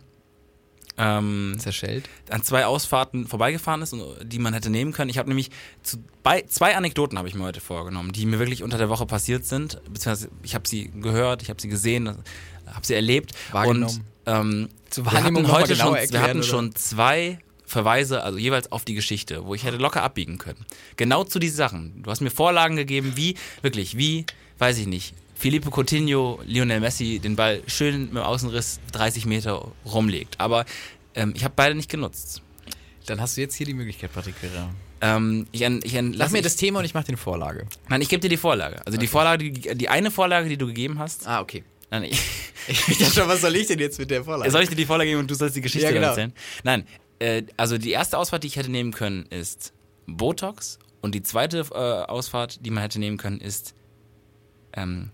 [SPEAKER 3] ähm,
[SPEAKER 2] zerschellt.
[SPEAKER 3] an zwei Ausfahrten vorbeigefahren ist, und, die man hätte nehmen können. Ich habe nämlich zu, bei, zwei Anekdoten habe ich mir heute vorgenommen, die mir wirklich unter der Woche passiert sind. Beziehungsweise ich habe sie gehört, ich habe sie gesehen, habe sie erlebt.
[SPEAKER 2] Wahrgenommen.
[SPEAKER 3] Und, ähm,
[SPEAKER 2] Zur
[SPEAKER 3] wir
[SPEAKER 2] Wahrnehmung noch
[SPEAKER 3] hatten
[SPEAKER 2] mal
[SPEAKER 3] heute
[SPEAKER 2] genauer
[SPEAKER 3] schon, wir
[SPEAKER 2] erklären,
[SPEAKER 3] hatten
[SPEAKER 2] oder?
[SPEAKER 3] schon zwei Verweise, also jeweils auf die Geschichte, wo ich hätte locker abbiegen können. Genau zu diesen Sachen. Du hast mir Vorlagen gegeben, wie, wirklich, wie, weiß ich nicht, Felipe Coutinho, Lionel Messi den Ball schön mit dem Außenriss 30 Meter rumlegt. Aber ähm, ich habe beide nicht genutzt.
[SPEAKER 2] Dann hast du jetzt hier die Möglichkeit, Patrick Guerra.
[SPEAKER 3] Ähm, ich, en- ich, en-
[SPEAKER 2] Lass mir
[SPEAKER 3] ich-
[SPEAKER 2] das Thema und ich mache den Vorlage.
[SPEAKER 3] Nein, ich gebe dir die Vorlage. Also die Vorlage, die, die eine Vorlage, die du gegeben hast.
[SPEAKER 2] Ah, okay.
[SPEAKER 3] Nein, ich,
[SPEAKER 2] [laughs] Ich dachte schon, was soll ich denn jetzt mit der Vorlage?
[SPEAKER 3] Soll ich dir die Vorlage geben und du sollst die Geschichte
[SPEAKER 2] Ja, genau.
[SPEAKER 3] dann erzählen? Nein, äh, also die erste Ausfahrt, die ich hätte nehmen können, ist Botox und die zweite äh, Ausfahrt, die man hätte nehmen können, ist, ähm,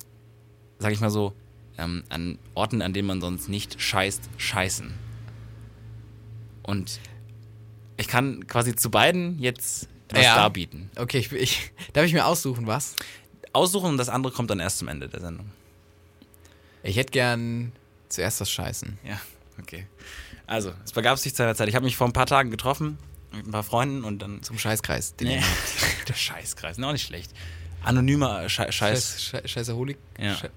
[SPEAKER 3] sag ich mal so, ähm, an Orten, an denen man sonst nicht scheißt, scheißen. Und ich kann quasi zu beiden jetzt was
[SPEAKER 2] Ja.
[SPEAKER 3] darbieten.
[SPEAKER 2] Okay, ich, ich, darf ich mir aussuchen, was?
[SPEAKER 3] Aussuchen und das andere kommt dann erst zum Ende der Sendung.
[SPEAKER 2] Ich hätte gern zuerst das Scheißen.
[SPEAKER 3] Ja, okay. Also, es begab sich zu einer Zeit. Ich habe mich vor ein paar Tagen getroffen mit ein paar Freunden und dann
[SPEAKER 2] Zum Scheißkreis. Den
[SPEAKER 3] Nee. Der Scheißkreis, noch nicht schlecht. Anonymer Schei Scheiß.
[SPEAKER 2] Scheiß, Scheiß, Scheißaholik.
[SPEAKER 3] Ja.
[SPEAKER 2] Sche-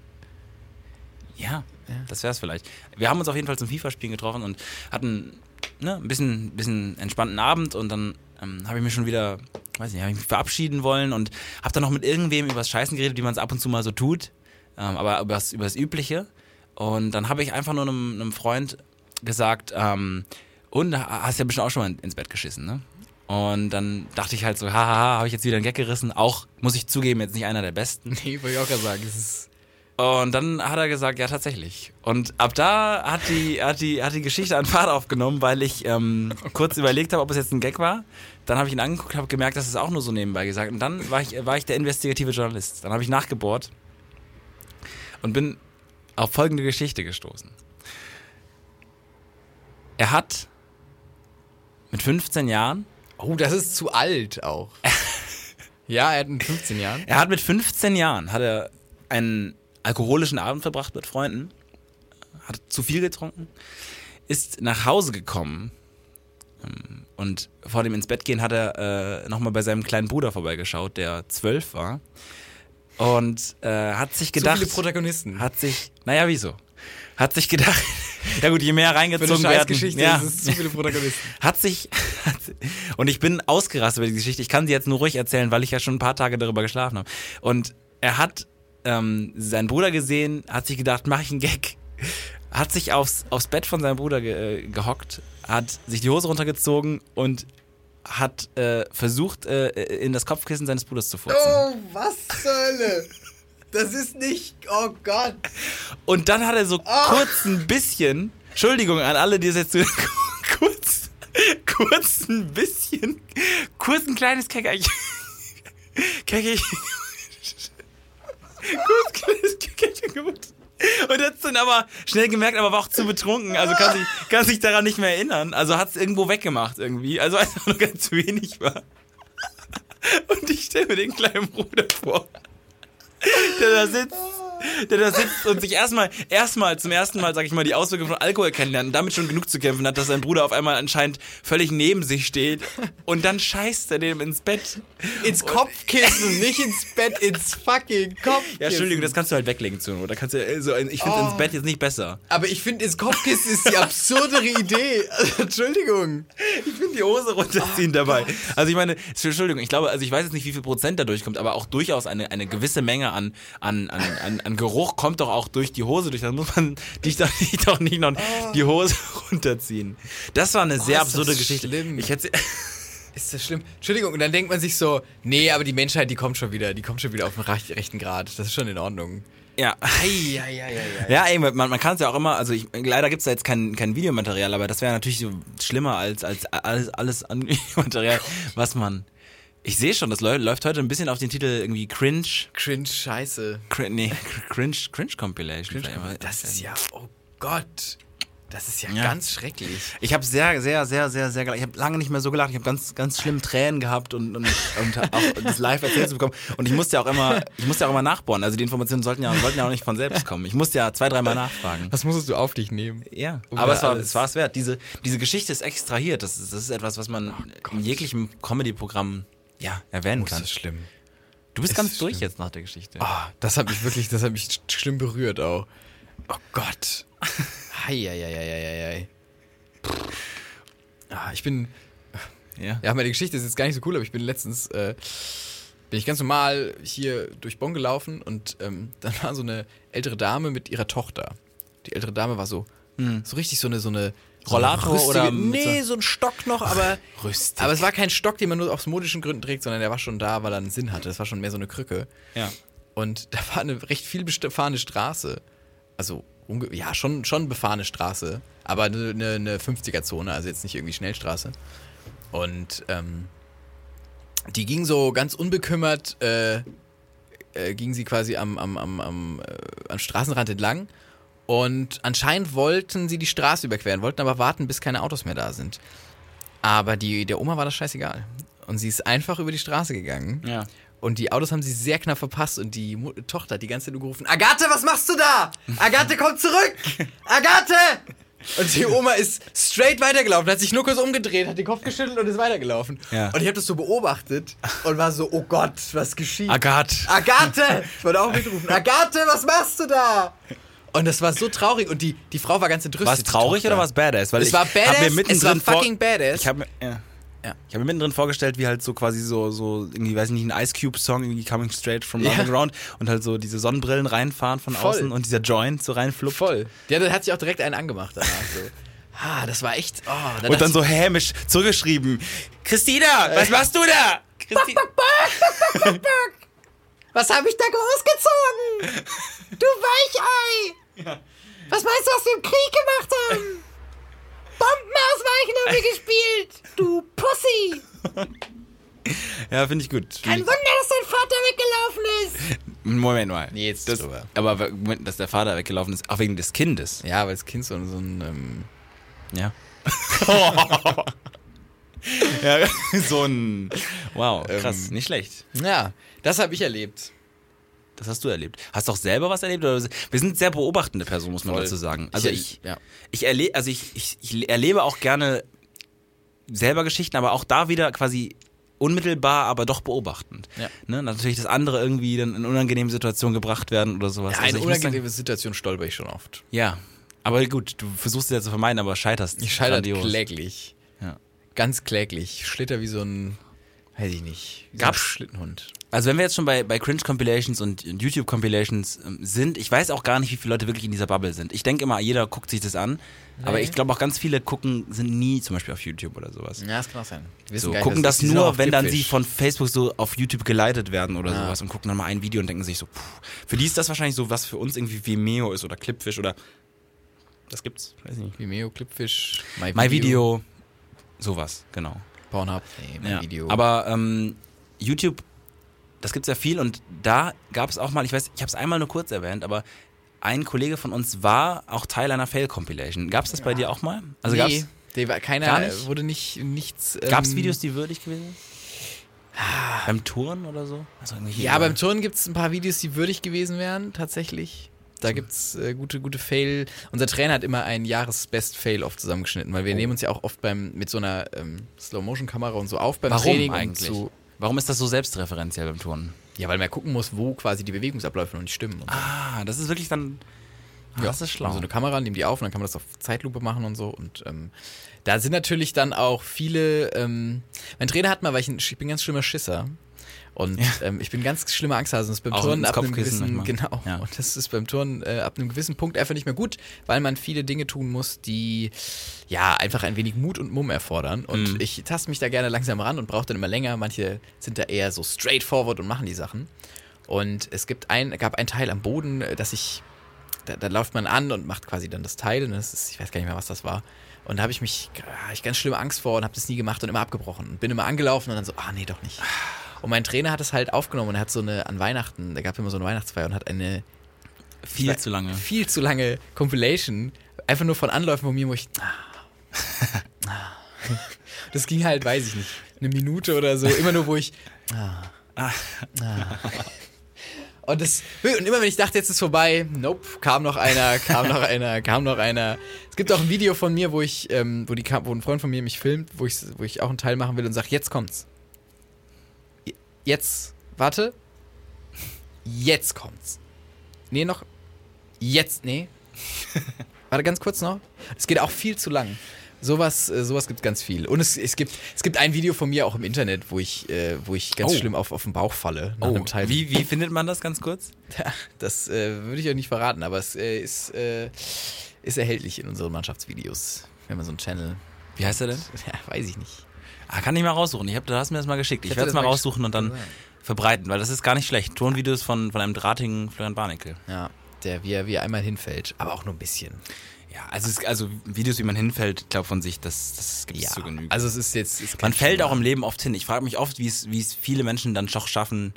[SPEAKER 3] Ja, das wär's vielleicht. Wir haben uns auf jeden Fall zum FIFA-Spielen getroffen und hatten ne, ein bisschen, bisschen entspannten Abend und dann ähm, habe ich mich schon wieder, weiß nicht, habe ich mich verabschieden wollen und habe dann noch mit irgendwem übers Scheißen geredet, wie man es ab und zu mal so tut, ähm, aber übers, übers Übliche. Und dann habe ich einfach nur einem, einem Freund gesagt, ähm, und hast ja bestimmt auch schon mal ins Bett geschissen, ne? Und dann dachte ich halt so, hahaha, habe ich jetzt wieder einen Gag gerissen. Auch, muss ich zugeben, jetzt nicht einer der besten.
[SPEAKER 2] Nee, wollte ich auch gerade sagen. Es ist
[SPEAKER 3] Und dann hat er gesagt, ja, tatsächlich. Und ab da hat die, hat die, hat die Geschichte an Fahrt aufgenommen, weil ich ähm, kurz überlegt habe, ob es jetzt ein Gag war. Dann habe ich ihn angeguckt, habe gemerkt, das ist auch nur so nebenbei gesagt. Und dann war ich, war ich der investigative Journalist. Dann habe ich nachgebohrt und bin auf folgende Geschichte gestoßen. Er hat mit 15 Jahren
[SPEAKER 2] Oh, das ist zu alt auch. [laughs] ja, er hat in 15 Jahren.
[SPEAKER 3] Er hat mit 15 Jahren hat er einen alkoholischen Abend verbracht mit Freunden, hat zu viel getrunken, ist nach Hause gekommen ähm, und vor dem ins Bett gehen hat er äh, nochmal bei seinem kleinen Bruder vorbeigeschaut, der zwölf war und äh, hat sich gedacht,
[SPEAKER 2] Zu viele Protagonisten.
[SPEAKER 3] hat sich, naja, wieso? Hat sich gedacht, [laughs] ja gut, je
[SPEAKER 2] Für
[SPEAKER 3] mehr
[SPEAKER 2] eine
[SPEAKER 3] reingezogen werden,
[SPEAKER 2] Scheißgeschichte
[SPEAKER 3] ja,
[SPEAKER 2] ist es zu viele [laughs] Protagonisten.
[SPEAKER 3] hat sich, [laughs] hat, si- und ich bin ausgerastet über die Geschichte, ich kann sie jetzt nur ruhig erzählen, weil ich ja schon ein paar Tage darüber geschlafen habe. Und er hat ähm, seinen Bruder gesehen, hat sich gedacht, mach ich einen Gag. Hat sich aufs, aufs Bett von seinem Bruder ge, äh, gehockt, hat sich die Hose runtergezogen und hat äh, versucht, äh, in das Kopfkissen seines Bruders zu furzen.
[SPEAKER 2] Oh, was zur Hölle? Das ist nicht. Oh Gott.
[SPEAKER 3] Und dann hat er so kurz ein bisschen, Entschuldigung an alle, die es jetzt so [laughs] kurz, kurz ein bisschen, kurz ein kleines [laughs] Keckerchen, Keckerchen, kurz ein kleines Keckerchen gemacht. Und hat es dann aber schnell gemerkt, aber war auch zu betrunken, also kann sich, kann sich daran nicht mehr erinnern. Also hat es irgendwo weggemacht irgendwie, also als es nur ganz wenig war. Und ich stelle mir den kleinen Bruder vor der da sitzt, der da sitzt und sich erstmal, erstmal zum ersten Mal, sag ich mal, die Auswirkungen von Alkohol kennenlernt und damit schon genug zu kämpfen hat, dass sein Bruder auf einmal anscheinend völlig neben sich steht und dann scheißt er dem ins Bett.
[SPEAKER 2] Ins Kopfkissen, nicht ins Bett, ins fucking Kopfkissen.
[SPEAKER 3] Ja, Entschuldigung, das kannst du halt weglegen zu Not. Da kannst du äh, so ein, ich finde ins Bett jetzt nicht besser.
[SPEAKER 2] Aber ich finde, ins Kopfkissen ist die absurdere Idee. Also, Entschuldigung.
[SPEAKER 3] Ich finde die Hose runterziehen dabei. Also ich meine, Entschuldigung, ich glaube, also ich weiß jetzt nicht, wie viel Prozent da durchkommt, aber auch durchaus eine, eine gewisse Menge an, an, an, an, an Geruch kommt doch auch durch die Hose durch. Dann muss man [laughs] dich doch nicht, doch nicht noch die Hose [laughs] runterziehen. Oh. Das war eine sehr
[SPEAKER 2] ist
[SPEAKER 3] absurde
[SPEAKER 2] das
[SPEAKER 3] Geschichte.
[SPEAKER 2] schlimm.
[SPEAKER 3] Ich hätte
[SPEAKER 2] [laughs] Ist das schlimm? Entschuldigung, und dann denkt man sich so, nee, aber die Menschheit, die kommt schon wieder, die kommt schon wieder auf den rech- rechten Grad. Das ist schon in Ordnung.
[SPEAKER 3] ja.
[SPEAKER 2] Eieieiei.
[SPEAKER 3] Ja, ey, man, man kann es ja auch immer, also ich, leider gibt's da jetzt kein, kein Videomaterial, aber das wäre natürlich so schlimmer als, als alles, alles an [laughs] Videomaterial, was man. Ich sehe schon, das läu- läuft heute ein bisschen auf den Titel irgendwie cringe
[SPEAKER 2] Cringe, scheiße.
[SPEAKER 3] Crin nee, [laughs] cr- Cringe, Cringe Compilation.
[SPEAKER 2] Das ist ja, oh Gott. Das ist ja,
[SPEAKER 3] Ja.
[SPEAKER 2] ganz schrecklich.
[SPEAKER 3] Ich habe sehr, sehr, sehr, sehr, sehr gelacht. Ich habe lange nicht mehr so gelacht. Ich habe ganz, ganz schlimm Tränen gehabt und, und, und auch das live erzählt zu bekommen. Und ich musste ja auch immer, ich musste ja auch immer nachbohren. Also die Informationen sollten ja, sollten ja auch nicht von selbst kommen. Ich musste ja zwei, dreimal nachfragen.
[SPEAKER 2] Was musstest du auf dich nehmen?
[SPEAKER 3] Ja,
[SPEAKER 2] Um
[SPEAKER 3] aber
[SPEAKER 2] da
[SPEAKER 3] es war,
[SPEAKER 2] alles-
[SPEAKER 3] es war es wert. Diese, diese Geschichte ist extrahiert. Das ist, das ist etwas, was man in jeglichem Comedy-Programm ja, erwähnen
[SPEAKER 2] Oh, Das
[SPEAKER 3] kann.
[SPEAKER 2] ist schlimm.
[SPEAKER 3] Du bist
[SPEAKER 2] ist
[SPEAKER 3] ganz
[SPEAKER 2] das
[SPEAKER 3] durch
[SPEAKER 2] schlimm.
[SPEAKER 3] jetzt nach der Geschichte.
[SPEAKER 2] Ah, das hat mich wirklich, das hat mich sch- schlimm berührt auch. Oh Gott. Heieieiei. Ah, ich bin,
[SPEAKER 3] Ja.
[SPEAKER 2] ja, meine Geschichte ist jetzt gar nicht so cool, aber ich bin letztens, äh, bin ich ganz normal hier durch Bonn gelaufen und ähm, [laughs] dann war so eine ältere Dame mit ihrer Tochter. Die ältere Dame war so, so richtig so eine, Hm. so eine
[SPEAKER 3] Rollator
[SPEAKER 2] so eine
[SPEAKER 3] oder mit
[SPEAKER 2] Nee,
[SPEAKER 3] so-
[SPEAKER 2] so ein Stock noch, aber.
[SPEAKER 3] Rüstig.
[SPEAKER 2] Aber es war kein Stock, den man nur aus modischen Gründen trägt, sondern der war schon da, weil er einen Sinn hatte. Das war schon mehr so eine Krücke.
[SPEAKER 3] Ja.
[SPEAKER 2] Und [laughs] da war eine recht viel befahrene Straße. Also, unge- ja, schon, schon befahrene Straße, aber eine, eine, eine 50er-Zone, also jetzt nicht irgendwie Schnellstraße. Und ähm, die ging so ganz unbekümmert, äh, äh, ging sie quasi am, am, am, am, äh, am Straßenrand entlang. Und anscheinend wollten sie die Straße überqueren, wollten aber warten, bis keine Autos mehr da sind. Aber die, der Oma war das scheißegal. Und sie ist einfach über die Straße gegangen.
[SPEAKER 3] Ja.
[SPEAKER 2] Und die Autos haben sie sehr knapp verpasst und die Mu Tochter hat die ganze Zeit nur gerufen, Agathe, was machst du da? Agathe, komm zurück! Agathe! Und die Oma ist straight weitergelaufen, hat sich nur kurz umgedreht, hat den Kopf geschüttelt und ist weitergelaufen.
[SPEAKER 3] Ja.
[SPEAKER 2] Und ich habe das so beobachtet und war so, oh Gott, was geschieht? Ah,
[SPEAKER 3] Agathe.
[SPEAKER 2] Agathe! Ich wurde auch mitrufen, Agathe, was machst du da? Und das war so traurig und die, die Frau war ganz entrüstet.
[SPEAKER 3] War es traurig
[SPEAKER 2] die Tochter.
[SPEAKER 3] oder war es badass? Weil
[SPEAKER 2] Es
[SPEAKER 3] ich
[SPEAKER 2] war
[SPEAKER 3] hab
[SPEAKER 2] badass,
[SPEAKER 3] Mir
[SPEAKER 2] es
[SPEAKER 3] mittendrin
[SPEAKER 2] war fucking
[SPEAKER 3] vor,
[SPEAKER 2] badass.
[SPEAKER 3] Ich habe mir, ja.
[SPEAKER 2] Ja.
[SPEAKER 3] Ich hab mir mittendrin vorgestellt, wie halt so quasi so, so irgendwie, weiß ich nicht, ein Ice Cube Song, irgendwie Coming Straight from
[SPEAKER 2] Ja.
[SPEAKER 3] Underground und halt so diese Sonnenbrillen reinfahren von
[SPEAKER 2] Voll.
[SPEAKER 3] außen und dieser Joint so reinfluppt.
[SPEAKER 2] Voll. Ja, dann hat sich auch direkt einen angemacht danach. So. Ah, das war echt. Oh, da
[SPEAKER 3] Und
[SPEAKER 2] dachte
[SPEAKER 3] dann so hämisch zurückgeschrieben. Christina, was machst du da? Christi [laughs]
[SPEAKER 2] Was habe ich da großgezogen? Du
[SPEAKER 4] Was meinst du, was wir im Krieg gemacht haben? Bomben ausweichen haben wir gespielt, du Pussy.
[SPEAKER 3] Ja, finde ich gut.
[SPEAKER 4] Kein Wunder, dass dein Vater weggelaufen ist.
[SPEAKER 3] Moment mal.
[SPEAKER 2] Nee, jetzt
[SPEAKER 3] das,
[SPEAKER 2] ist drüber.
[SPEAKER 3] aber w- Moment, dass der Vater weggelaufen ist, auch wegen des Kindes.
[SPEAKER 2] Ja, weil das Kind so, so ein. Ähm,
[SPEAKER 3] Ja. [laughs] ja, [laughs] so ein. Ähm, Wow, krass, nicht schlecht.
[SPEAKER 2] ja, das habe ich erlebt.
[SPEAKER 3] Das hast du erlebt. Hast du auch selber was erlebt? Oder? Wir sind sehr beobachtende Personen, muss man
[SPEAKER 2] Voll.
[SPEAKER 3] dazu sagen. Also ich,
[SPEAKER 2] ja.
[SPEAKER 3] ich, erle also ich, ich, ich erlebe auch gerne selber Geschichten, aber auch da wieder quasi unmittelbar, aber doch beobachtend.
[SPEAKER 2] Ja.
[SPEAKER 3] Ne? Natürlich, dass andere irgendwie dann in unangenehme Situationen gebracht werden oder sowas.
[SPEAKER 2] Ja,
[SPEAKER 3] Also
[SPEAKER 2] eine
[SPEAKER 3] ich muss sagen-
[SPEAKER 2] unangenehme Situation stolper ich schon oft.
[SPEAKER 3] Ja. Aber gut, du versuchst es ja zu vermeiden, aber scheiterst.
[SPEAKER 2] Ich scheitere
[SPEAKER 3] grandios.
[SPEAKER 2] kläglich.
[SPEAKER 3] Ja.
[SPEAKER 2] Ganz kläglich. Schlitter wie so ein, weiß ich nicht, wie so ein
[SPEAKER 3] Gab's-
[SPEAKER 2] Schlittenhund.
[SPEAKER 3] Also wenn wir jetzt schon bei, bei Cringe-Compilations und YouTube-Compilations ähm, sind, ich weiß auch gar nicht, wie viele Leute wirklich in dieser Bubble sind. Ich denke immer, jeder guckt sich das an, aber ich glaube auch ganz viele gucken, sind nie zum Beispiel auf YouTube oder sowas.
[SPEAKER 2] Ja, das kann auch sein. Die wissen
[SPEAKER 3] So,
[SPEAKER 2] gar nicht,
[SPEAKER 3] gucken
[SPEAKER 2] dass-
[SPEAKER 3] das
[SPEAKER 2] die sind auch
[SPEAKER 3] nur,
[SPEAKER 2] auf
[SPEAKER 3] wenn dann sie
[SPEAKER 2] Dickfish.
[SPEAKER 3] von Facebook so auf YouTube geleitet werden oder
[SPEAKER 2] Ah.
[SPEAKER 3] sowas und gucken dann mal ein Video und denken sich so, puh, für die ist das wahrscheinlich so, was für uns irgendwie Vimeo ist oder Clipfish oder das gibt's, weiß nicht.
[SPEAKER 2] Vimeo, Clipfish, My Video,
[SPEAKER 3] My Video, sowas, genau.
[SPEAKER 2] Pornhub, nee, My
[SPEAKER 3] Ja.
[SPEAKER 2] Video.
[SPEAKER 3] Aber ähm, YouTube, das gibt's ja viel und da gab es auch mal, ich weiß, ich habe es einmal nur kurz erwähnt, aber ein Kollege von uns war auch Teil einer Fail-Compilation. Gab's das bei dir auch mal? Also
[SPEAKER 2] nee,
[SPEAKER 3] gab's
[SPEAKER 2] der war, keiner
[SPEAKER 3] Gar nicht?
[SPEAKER 2] wurde nicht, nichts. Ähm,
[SPEAKER 3] gab's Videos, die würdig gewesen sind? Beim Touren oder so? Also irgendwie-
[SPEAKER 2] Ja, beim Turnen gibt es ein paar Videos, die würdig gewesen wären, tatsächlich. Da gibt es äh, gute, gute Fail. Unser Trainer hat immer ein Jahresbest-Fail oft zusammengeschnitten, weil wir
[SPEAKER 3] Oh.
[SPEAKER 2] nehmen uns ja auch oft beim, mit so einer ähm, Slow-Motion-Kamera und so auf beim
[SPEAKER 3] Warum
[SPEAKER 2] Training. um
[SPEAKER 3] eigentlich?
[SPEAKER 2] Zu,
[SPEAKER 3] Warum ist das so selbstreferenziell beim Touren?
[SPEAKER 2] ja, weil man ja gucken muss, wo quasi die Bewegungsabläufe noch nicht stimmen. Und so.
[SPEAKER 3] Ah, das ist wirklich dann. Ah,
[SPEAKER 2] Ja,
[SPEAKER 3] Das ist schlau.
[SPEAKER 2] So eine Kamera, nimm die auf und dann kann man das auf Zeitlupe machen und so. Und ähm, da sind natürlich dann auch viele. Ähm, mein Trainer hat mal, weil ich, ein, ich bin ein ganz schlimmer Schisser. Und ähm, ich bin ein ganz schlimmer Angsthase. Und das ist beim
[SPEAKER 3] Auch
[SPEAKER 2] Turnen
[SPEAKER 3] ins
[SPEAKER 2] ab einem
[SPEAKER 3] Kopfkissen
[SPEAKER 2] gewissen,
[SPEAKER 3] manchmal.
[SPEAKER 2] genau.
[SPEAKER 3] Ja.
[SPEAKER 2] Und das ist beim Turnen äh, ab einem gewissen Punkt einfach nicht mehr gut, weil man viele Dinge tun muss, die ja einfach ein wenig Mut und Mumm erfordern. Und
[SPEAKER 3] Mhm.
[SPEAKER 2] ich taste mich da gerne langsam ran und brauche dann immer länger. Manche sind da eher so straightforward und machen die Sachen. Und es gibt ein, gab einen Teil am Boden, äh, dass ich da, da läuft man an und macht quasi dann das Teil. Und das ist, ich weiß gar nicht mehr, was das war. Und da habe ich mich ah, ich ganz schlimme Angst vor und habe das nie gemacht und immer abgebrochen. Und bin immer angelaufen und dann so, ah nee, doch nicht. Und mein Trainer hat es halt aufgenommen und er hat so eine, an Weihnachten, da gab es immer so eine Weihnachtsfeier und hat eine
[SPEAKER 3] viel zu lange.
[SPEAKER 2] viel zu lange Compilation, einfach nur von Anläufen von mir, wo ich, ah, ah. das ging halt, weiß ich nicht, eine Minute oder so, immer nur, wo ich, ah, Und, das, und immer wenn ich dachte, jetzt ist vorbei, nope, kam noch einer, kam noch einer, kam noch einer. Es gibt auch ein Video von mir, wo ich, ähm, wo, die, Kam- wo ein Freund von mir mich filmt, wo ich, wo ich auch einen Teil machen will und sage, jetzt kommt's. Je- Jetzt, warte. Jetzt kommt's. Nee, noch. Jetzt,
[SPEAKER 3] [laughs]
[SPEAKER 2] nee. Warte ganz kurz noch. Es geht auch viel zu lang. Sowas, äh, sowas gibt ganz viel. Und es, es, gibt, es gibt ein Video von mir auch im Internet, wo ich, äh, wo ich ganz
[SPEAKER 3] Oh.
[SPEAKER 2] schlimm auf, auf den Bauch falle. Nach
[SPEAKER 3] Oh,
[SPEAKER 2] einem Teil.
[SPEAKER 3] wie, [laughs] wie findet man das ganz kurz?
[SPEAKER 2] Das äh, würde ich euch nicht verraten, aber es äh, ist, äh, ist erhältlich in unseren Mannschaftsvideos. Wenn man so einen Channel. [laughs]
[SPEAKER 3] Wie heißt er denn?
[SPEAKER 2] Ja, weiß ich nicht.
[SPEAKER 3] Ah, kann ich mal raussuchen. Ich hab, du hast mir das mal geschickt. Ich,
[SPEAKER 2] hätte
[SPEAKER 3] werde es
[SPEAKER 2] das
[SPEAKER 3] mal
[SPEAKER 2] mal gesch-
[SPEAKER 3] raussuchen und dann
[SPEAKER 2] Ja.
[SPEAKER 3] verbreiten, weil das ist gar nicht schlecht. Tonvideos von, von einem drahtigen Florian Barnickel.
[SPEAKER 2] Ja, der, wie er, wie er einmal hinfällt, aber auch nur ein bisschen.
[SPEAKER 3] Ja, also, es, also Videos, wie man hinfällt, ich glaube von sich, das, das gibt es
[SPEAKER 2] Ja,
[SPEAKER 3] zu genügen.
[SPEAKER 2] also es ist jetzt. Ist kein
[SPEAKER 3] man fällt
[SPEAKER 2] Schlimmer.
[SPEAKER 3] auch im Leben oft hin. Ich frage mich oft, wie es wie es viele Menschen dann doch schaffen,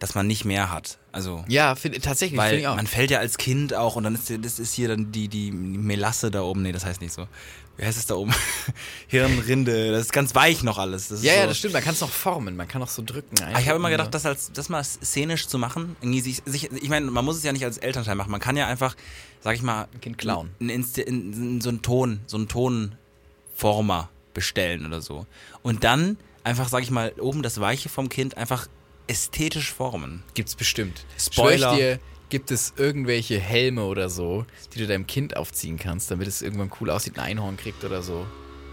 [SPEAKER 3] dass man nicht mehr hat. Also,
[SPEAKER 2] Ja, find, tatsächlich, finde
[SPEAKER 3] weil
[SPEAKER 2] ich auch.
[SPEAKER 3] man fällt ja als Kind auch und dann ist, die- das ist hier dann die, die Melasse da oben. Nee, das heißt nicht so. Wie heißt es da oben? [laughs] Hirnrinde. Das ist ganz weich noch alles. Das ist
[SPEAKER 2] ja,
[SPEAKER 3] so,
[SPEAKER 2] ja, das stimmt. Man kann es noch formen, man kann auch so drücken. ne?
[SPEAKER 3] Ah, Ich habe immer gedacht, das, als, das mal szenisch zu machen, irgendwie sich, sich, ich meine, man muss es ja nicht als Elternteil machen, man kann ja einfach, sag ich mal,
[SPEAKER 2] Ein Kind klauen.
[SPEAKER 3] Ein Insti- in, in, so einen Ton, so einen Tonformer bestellen oder so. Und dann einfach, sag ich mal, oben das Weiche vom Kind einfach ästhetisch formen. [laughs]
[SPEAKER 2] Gibt's bestimmt.
[SPEAKER 3] Spoiler.
[SPEAKER 2] Schwör ich dir, gibt es irgendwelche Helme oder so, die du deinem Kind aufziehen kannst, damit es irgendwann cool aussieht, ein Einhorn kriegt oder so.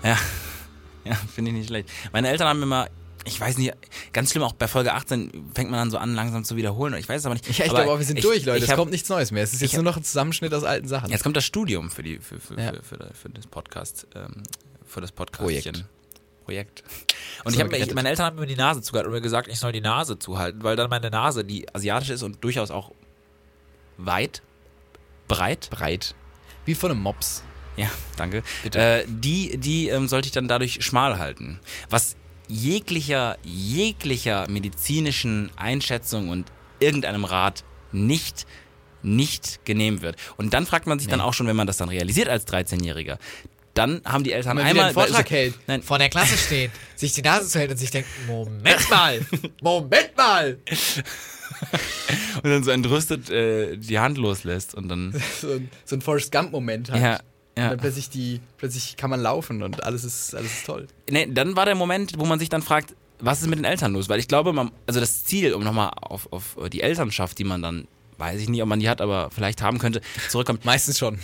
[SPEAKER 3] Ja, ja finde ich nicht schlecht. Meine Eltern haben immer, ich weiß nicht, ganz schlimm, auch bei Folge 18 fängt man dann so an, langsam zu wiederholen. Ich weiß es aber nicht.
[SPEAKER 2] Ja, ich
[SPEAKER 3] Aber
[SPEAKER 2] glaube auch, wir sind
[SPEAKER 3] ich-
[SPEAKER 2] durch, Leute.
[SPEAKER 3] ich
[SPEAKER 2] es
[SPEAKER 3] hab-
[SPEAKER 2] kommt nichts Neues mehr. Es ist jetzt nur noch ein Zusammenschnitt aus alten Sachen.
[SPEAKER 3] Jetzt kommt das Studium für die für, für,
[SPEAKER 2] Ja.
[SPEAKER 3] für, für, für das Podcast ähm, für das Podcastchen.
[SPEAKER 2] [laughs]
[SPEAKER 3] Projekt. Und
[SPEAKER 2] So
[SPEAKER 3] ich hab, mir- ich,
[SPEAKER 2] gerettet.
[SPEAKER 3] meine Eltern haben mir die Nase zugehalten und mir gesagt, ich soll die Nase zuhalten, weil dann meine Nase, die asiatisch ist und durchaus auch weit, Breit.
[SPEAKER 2] breit. Wie von einem Mops.
[SPEAKER 3] Ja, danke. Äh, die die ähm, sollte ich dann dadurch schmal halten. Was jeglicher, jeglicher medizinischen Einschätzung und irgendeinem Rat nicht nicht genehm wird. Und dann fragt man sich dann auch schon, wenn man das dann realisiert als 13-Jähriger, dann haben die Eltern
[SPEAKER 4] Wenn man wieder
[SPEAKER 3] einmal
[SPEAKER 4] einen Vortrag
[SPEAKER 3] [laughs] weil-
[SPEAKER 4] hält,
[SPEAKER 3] Nein,
[SPEAKER 4] vor der Klasse steht, sich die Nase zuhält und sich denkt,
[SPEAKER 3] [laughs]
[SPEAKER 4] Moment mal, Moment mal.
[SPEAKER 3] und dann so entrüstet äh, die Hand loslässt und dann
[SPEAKER 2] So ein, so ein Forrest Gump-Moment hat.
[SPEAKER 3] ja,
[SPEAKER 2] Und
[SPEAKER 3] ja.
[SPEAKER 2] dann plötzlich, die, plötzlich kann man laufen und alles ist, alles ist toll.
[SPEAKER 3] nee, dann war der Moment, wo man sich dann fragt, was ist mit den Eltern los? Weil ich glaube, man, also das Ziel, um nochmal auf, auf die Elternschaft, die man dann, weiß ich nicht, ob man die hat, aber vielleicht haben könnte, zurückkommt,
[SPEAKER 2] Meistens schon.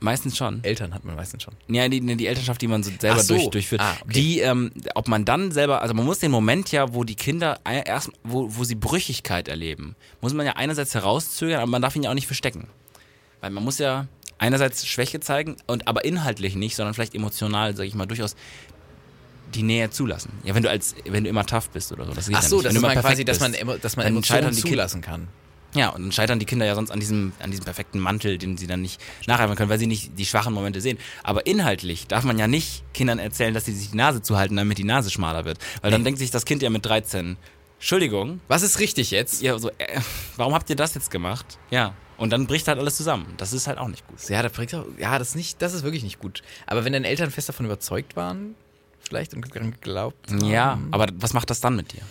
[SPEAKER 3] meistens schon.
[SPEAKER 2] Eltern hat man meistens schon.
[SPEAKER 3] Ja, die, ne, die Elternschaft, die man so selber
[SPEAKER 2] Ach so.
[SPEAKER 3] durch, durchführt.
[SPEAKER 2] Ah, okay.
[SPEAKER 3] Die, ähm, ob man dann selber, also man muss den Moment ja, wo die Kinder ei- erst, wo, wo sie Brüchigkeit erleben, muss man ja einerseits herauszögern, aber man darf ihn ja auch nicht verstecken. Weil man muss ja einerseits Schwäche zeigen und aber inhaltlich nicht, sondern vielleicht emotional, sage ich mal, durchaus die Nähe zulassen. Ja, wenn du als, wenn du immer tough bist oder so. Das geht
[SPEAKER 2] Ach
[SPEAKER 3] ja
[SPEAKER 2] so,
[SPEAKER 3] nicht.
[SPEAKER 2] das
[SPEAKER 3] wenn du
[SPEAKER 2] ist
[SPEAKER 3] immer
[SPEAKER 2] mal
[SPEAKER 3] perfekt
[SPEAKER 2] quasi, dass man,
[SPEAKER 3] bist.
[SPEAKER 2] emo- dass man
[SPEAKER 3] dann
[SPEAKER 2] Emotionen
[SPEAKER 3] scheitern die Kinder.
[SPEAKER 2] zulassen kann.
[SPEAKER 3] Ja, und dann scheitern die Kinder ja sonst an diesem, an diesem perfekten Mantel, den sie dann nicht nacheifern können, weil sie nicht die schwachen Momente sehen. Aber inhaltlich darf man ja nicht Kindern erzählen, dass sie sich die Nase zuhalten, damit die Nase schmaler wird. Weil dann denkt sich das Kind ja mit 13, Entschuldigung,
[SPEAKER 2] Was ist richtig jetzt?
[SPEAKER 3] ja, so, äh, warum habt ihr das jetzt gemacht? Ja. Und dann bricht halt alles zusammen. Das ist halt auch nicht gut.
[SPEAKER 2] Ja, da bringt auch, ja das, ist nicht, das ist wirklich nicht gut. Aber wenn deine Eltern fest davon überzeugt waren, vielleicht und daran geglaubt haben.
[SPEAKER 3] Ja, aber was macht das dann mit dir?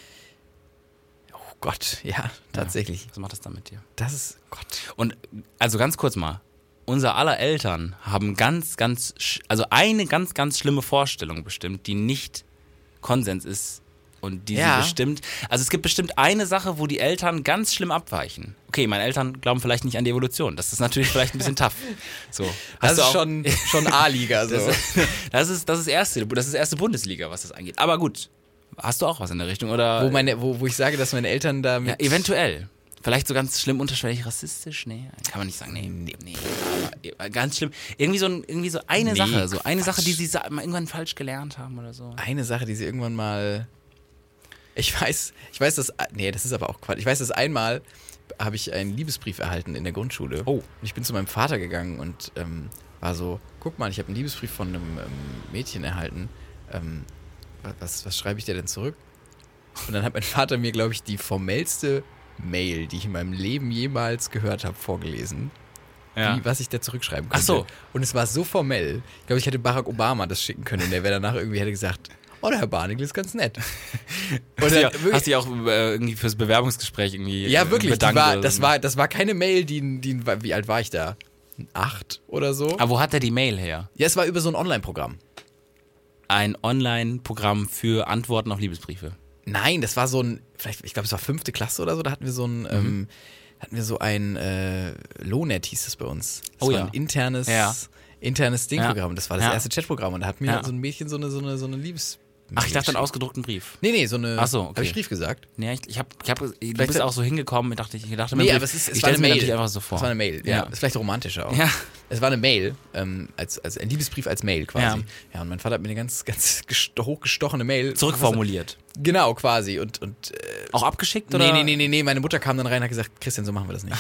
[SPEAKER 2] Oh Gott, ja, tatsächlich.
[SPEAKER 3] Was macht das dann mit dir?
[SPEAKER 2] Das ist, Gott.
[SPEAKER 3] Und also ganz kurz mal, unser aller Eltern haben ganz, ganz, sch- also eine ganz, ganz schlimme Vorstellung bestimmt, die nicht Konsens ist und die
[SPEAKER 2] Ja.
[SPEAKER 3] sie bestimmt. Also es gibt bestimmt eine Sache, wo die Eltern ganz schlimm abweichen. Okay, meine Eltern glauben vielleicht nicht an die Evolution. Das ist natürlich vielleicht ein
[SPEAKER 2] [laughs]
[SPEAKER 3] bisschen tough. So,
[SPEAKER 2] Das
[SPEAKER 3] hast du
[SPEAKER 2] ist
[SPEAKER 3] auch-
[SPEAKER 2] schon, schon [laughs] A-Liga. So.
[SPEAKER 3] Das, [laughs] das ist das ist erste, das ist erste Bundesliga, was das angeht. Aber gut, hast du auch was in der Richtung oder?
[SPEAKER 2] Wo, meine, wo, wo ich sage, dass meine Eltern da
[SPEAKER 3] Ja,
[SPEAKER 2] mit.
[SPEAKER 3] eventuell. Vielleicht so ganz schlimm unterschwellig rassistisch? Nee, kann man nicht sagen. Nee, nee, nee. Aber Ganz schlimm. Irgendwie so, ein, irgendwie so eine
[SPEAKER 2] Nee,
[SPEAKER 3] Sache. So eine
[SPEAKER 2] Quatsch.
[SPEAKER 3] Sache, die sie sa- mal irgendwann falsch gelernt haben oder so.
[SPEAKER 2] eine Sache, die sie irgendwann mal. Ich weiß, ich weiß, dass. Nee, das ist aber auch Quatsch. Ich weiß, dass einmal habe ich einen Liebesbrief erhalten in der Grundschule.
[SPEAKER 3] Oh.
[SPEAKER 2] Und ich bin zu meinem Vater gegangen und ähm, war so: guck mal, ich habe einen Liebesbrief von einem ähm, Mädchen erhalten. Ähm, wa- was, was schreibe ich dir denn zurück? Und dann hat mein Vater mir, glaube ich, die formellste Mail, die ich in meinem Leben jemals gehört habe, vorgelesen wie, was ich da zurückschreiben
[SPEAKER 3] Ach
[SPEAKER 2] konnte.
[SPEAKER 3] so.
[SPEAKER 2] Und es war so formell. Ich glaube, ich hätte Barack Obama das schicken können. Und der wäre danach irgendwie hätte gesagt, oh, der Herr Barnigel ist ganz
[SPEAKER 3] [laughs]
[SPEAKER 2] nett. Und dann
[SPEAKER 3] ja,
[SPEAKER 2] wirklich-
[SPEAKER 3] hast du dich auch äh, irgendwie fürs Bewerbungsgespräch irgendwie
[SPEAKER 2] ja,
[SPEAKER 3] äh,
[SPEAKER 2] wirklich. Die
[SPEAKER 3] bedankt
[SPEAKER 2] war,
[SPEAKER 3] oder
[SPEAKER 2] das,
[SPEAKER 3] so.
[SPEAKER 2] war, das war keine Mail, die, die, wie alt war ich da? Acht oder so?
[SPEAKER 3] Aber Ah, wo hat er die Mail her?
[SPEAKER 2] Ja, es war über so ein Online-Programm.
[SPEAKER 3] Ein Online-Programm für Antworten auf Liebesbriefe.
[SPEAKER 2] Nein, das war so ein, vielleicht, ich glaube, es war fünfte Klasse oder so, da hatten wir so
[SPEAKER 3] Mhm.
[SPEAKER 2] ein, ähm, hatten wir so ein äh, Lonet hieß es bei uns. Das
[SPEAKER 3] Oh
[SPEAKER 2] war
[SPEAKER 3] ja.
[SPEAKER 2] ein internes,
[SPEAKER 3] Ja.
[SPEAKER 2] internes Dingprogramm.
[SPEAKER 3] Ja.
[SPEAKER 2] Das war das
[SPEAKER 3] Ja.
[SPEAKER 2] erste Chatprogramm und da hat mir
[SPEAKER 3] Ja.
[SPEAKER 2] so ein Mädchen so eine, so eine, so eine Liebes.
[SPEAKER 3] Ach, ich dachte einen
[SPEAKER 2] geschickt.
[SPEAKER 3] ausgedruckten Brief.
[SPEAKER 2] Nee, nee, so eine.
[SPEAKER 3] Ach so, okay.
[SPEAKER 2] Habe ich Brief gesagt?
[SPEAKER 3] Ja, ich, ich hab, ich hab, du bist auch so hingekommen, ich dachte, ich dachte,
[SPEAKER 2] Nee,
[SPEAKER 3] mein Brief-
[SPEAKER 2] aber es ist. Es
[SPEAKER 3] ich
[SPEAKER 2] war
[SPEAKER 3] stell's
[SPEAKER 2] eine
[SPEAKER 3] mir
[SPEAKER 2] Mail.
[SPEAKER 3] natürlich einfach so vor.
[SPEAKER 2] Es war eine Mail, ja.
[SPEAKER 3] Ja.
[SPEAKER 2] Ist vielleicht romantischer auch.
[SPEAKER 3] Ja.
[SPEAKER 2] Es war eine Mail, ähm, als, als ein Liebesbrief als Mail quasi. Ja.
[SPEAKER 3] Ja.
[SPEAKER 2] und mein Vater hat mir eine ganz, ganz [laughs] gesto- hochgestochene Mail.
[SPEAKER 3] Zurückformuliert.
[SPEAKER 2] Genau, quasi. Und, und äh,
[SPEAKER 3] Auch abgeschickt
[SPEAKER 2] nee,
[SPEAKER 3] oder?
[SPEAKER 2] nee, nee, nee, nee, meine Mutter kam dann rein und hat gesagt, Christian, so machen wir das nicht.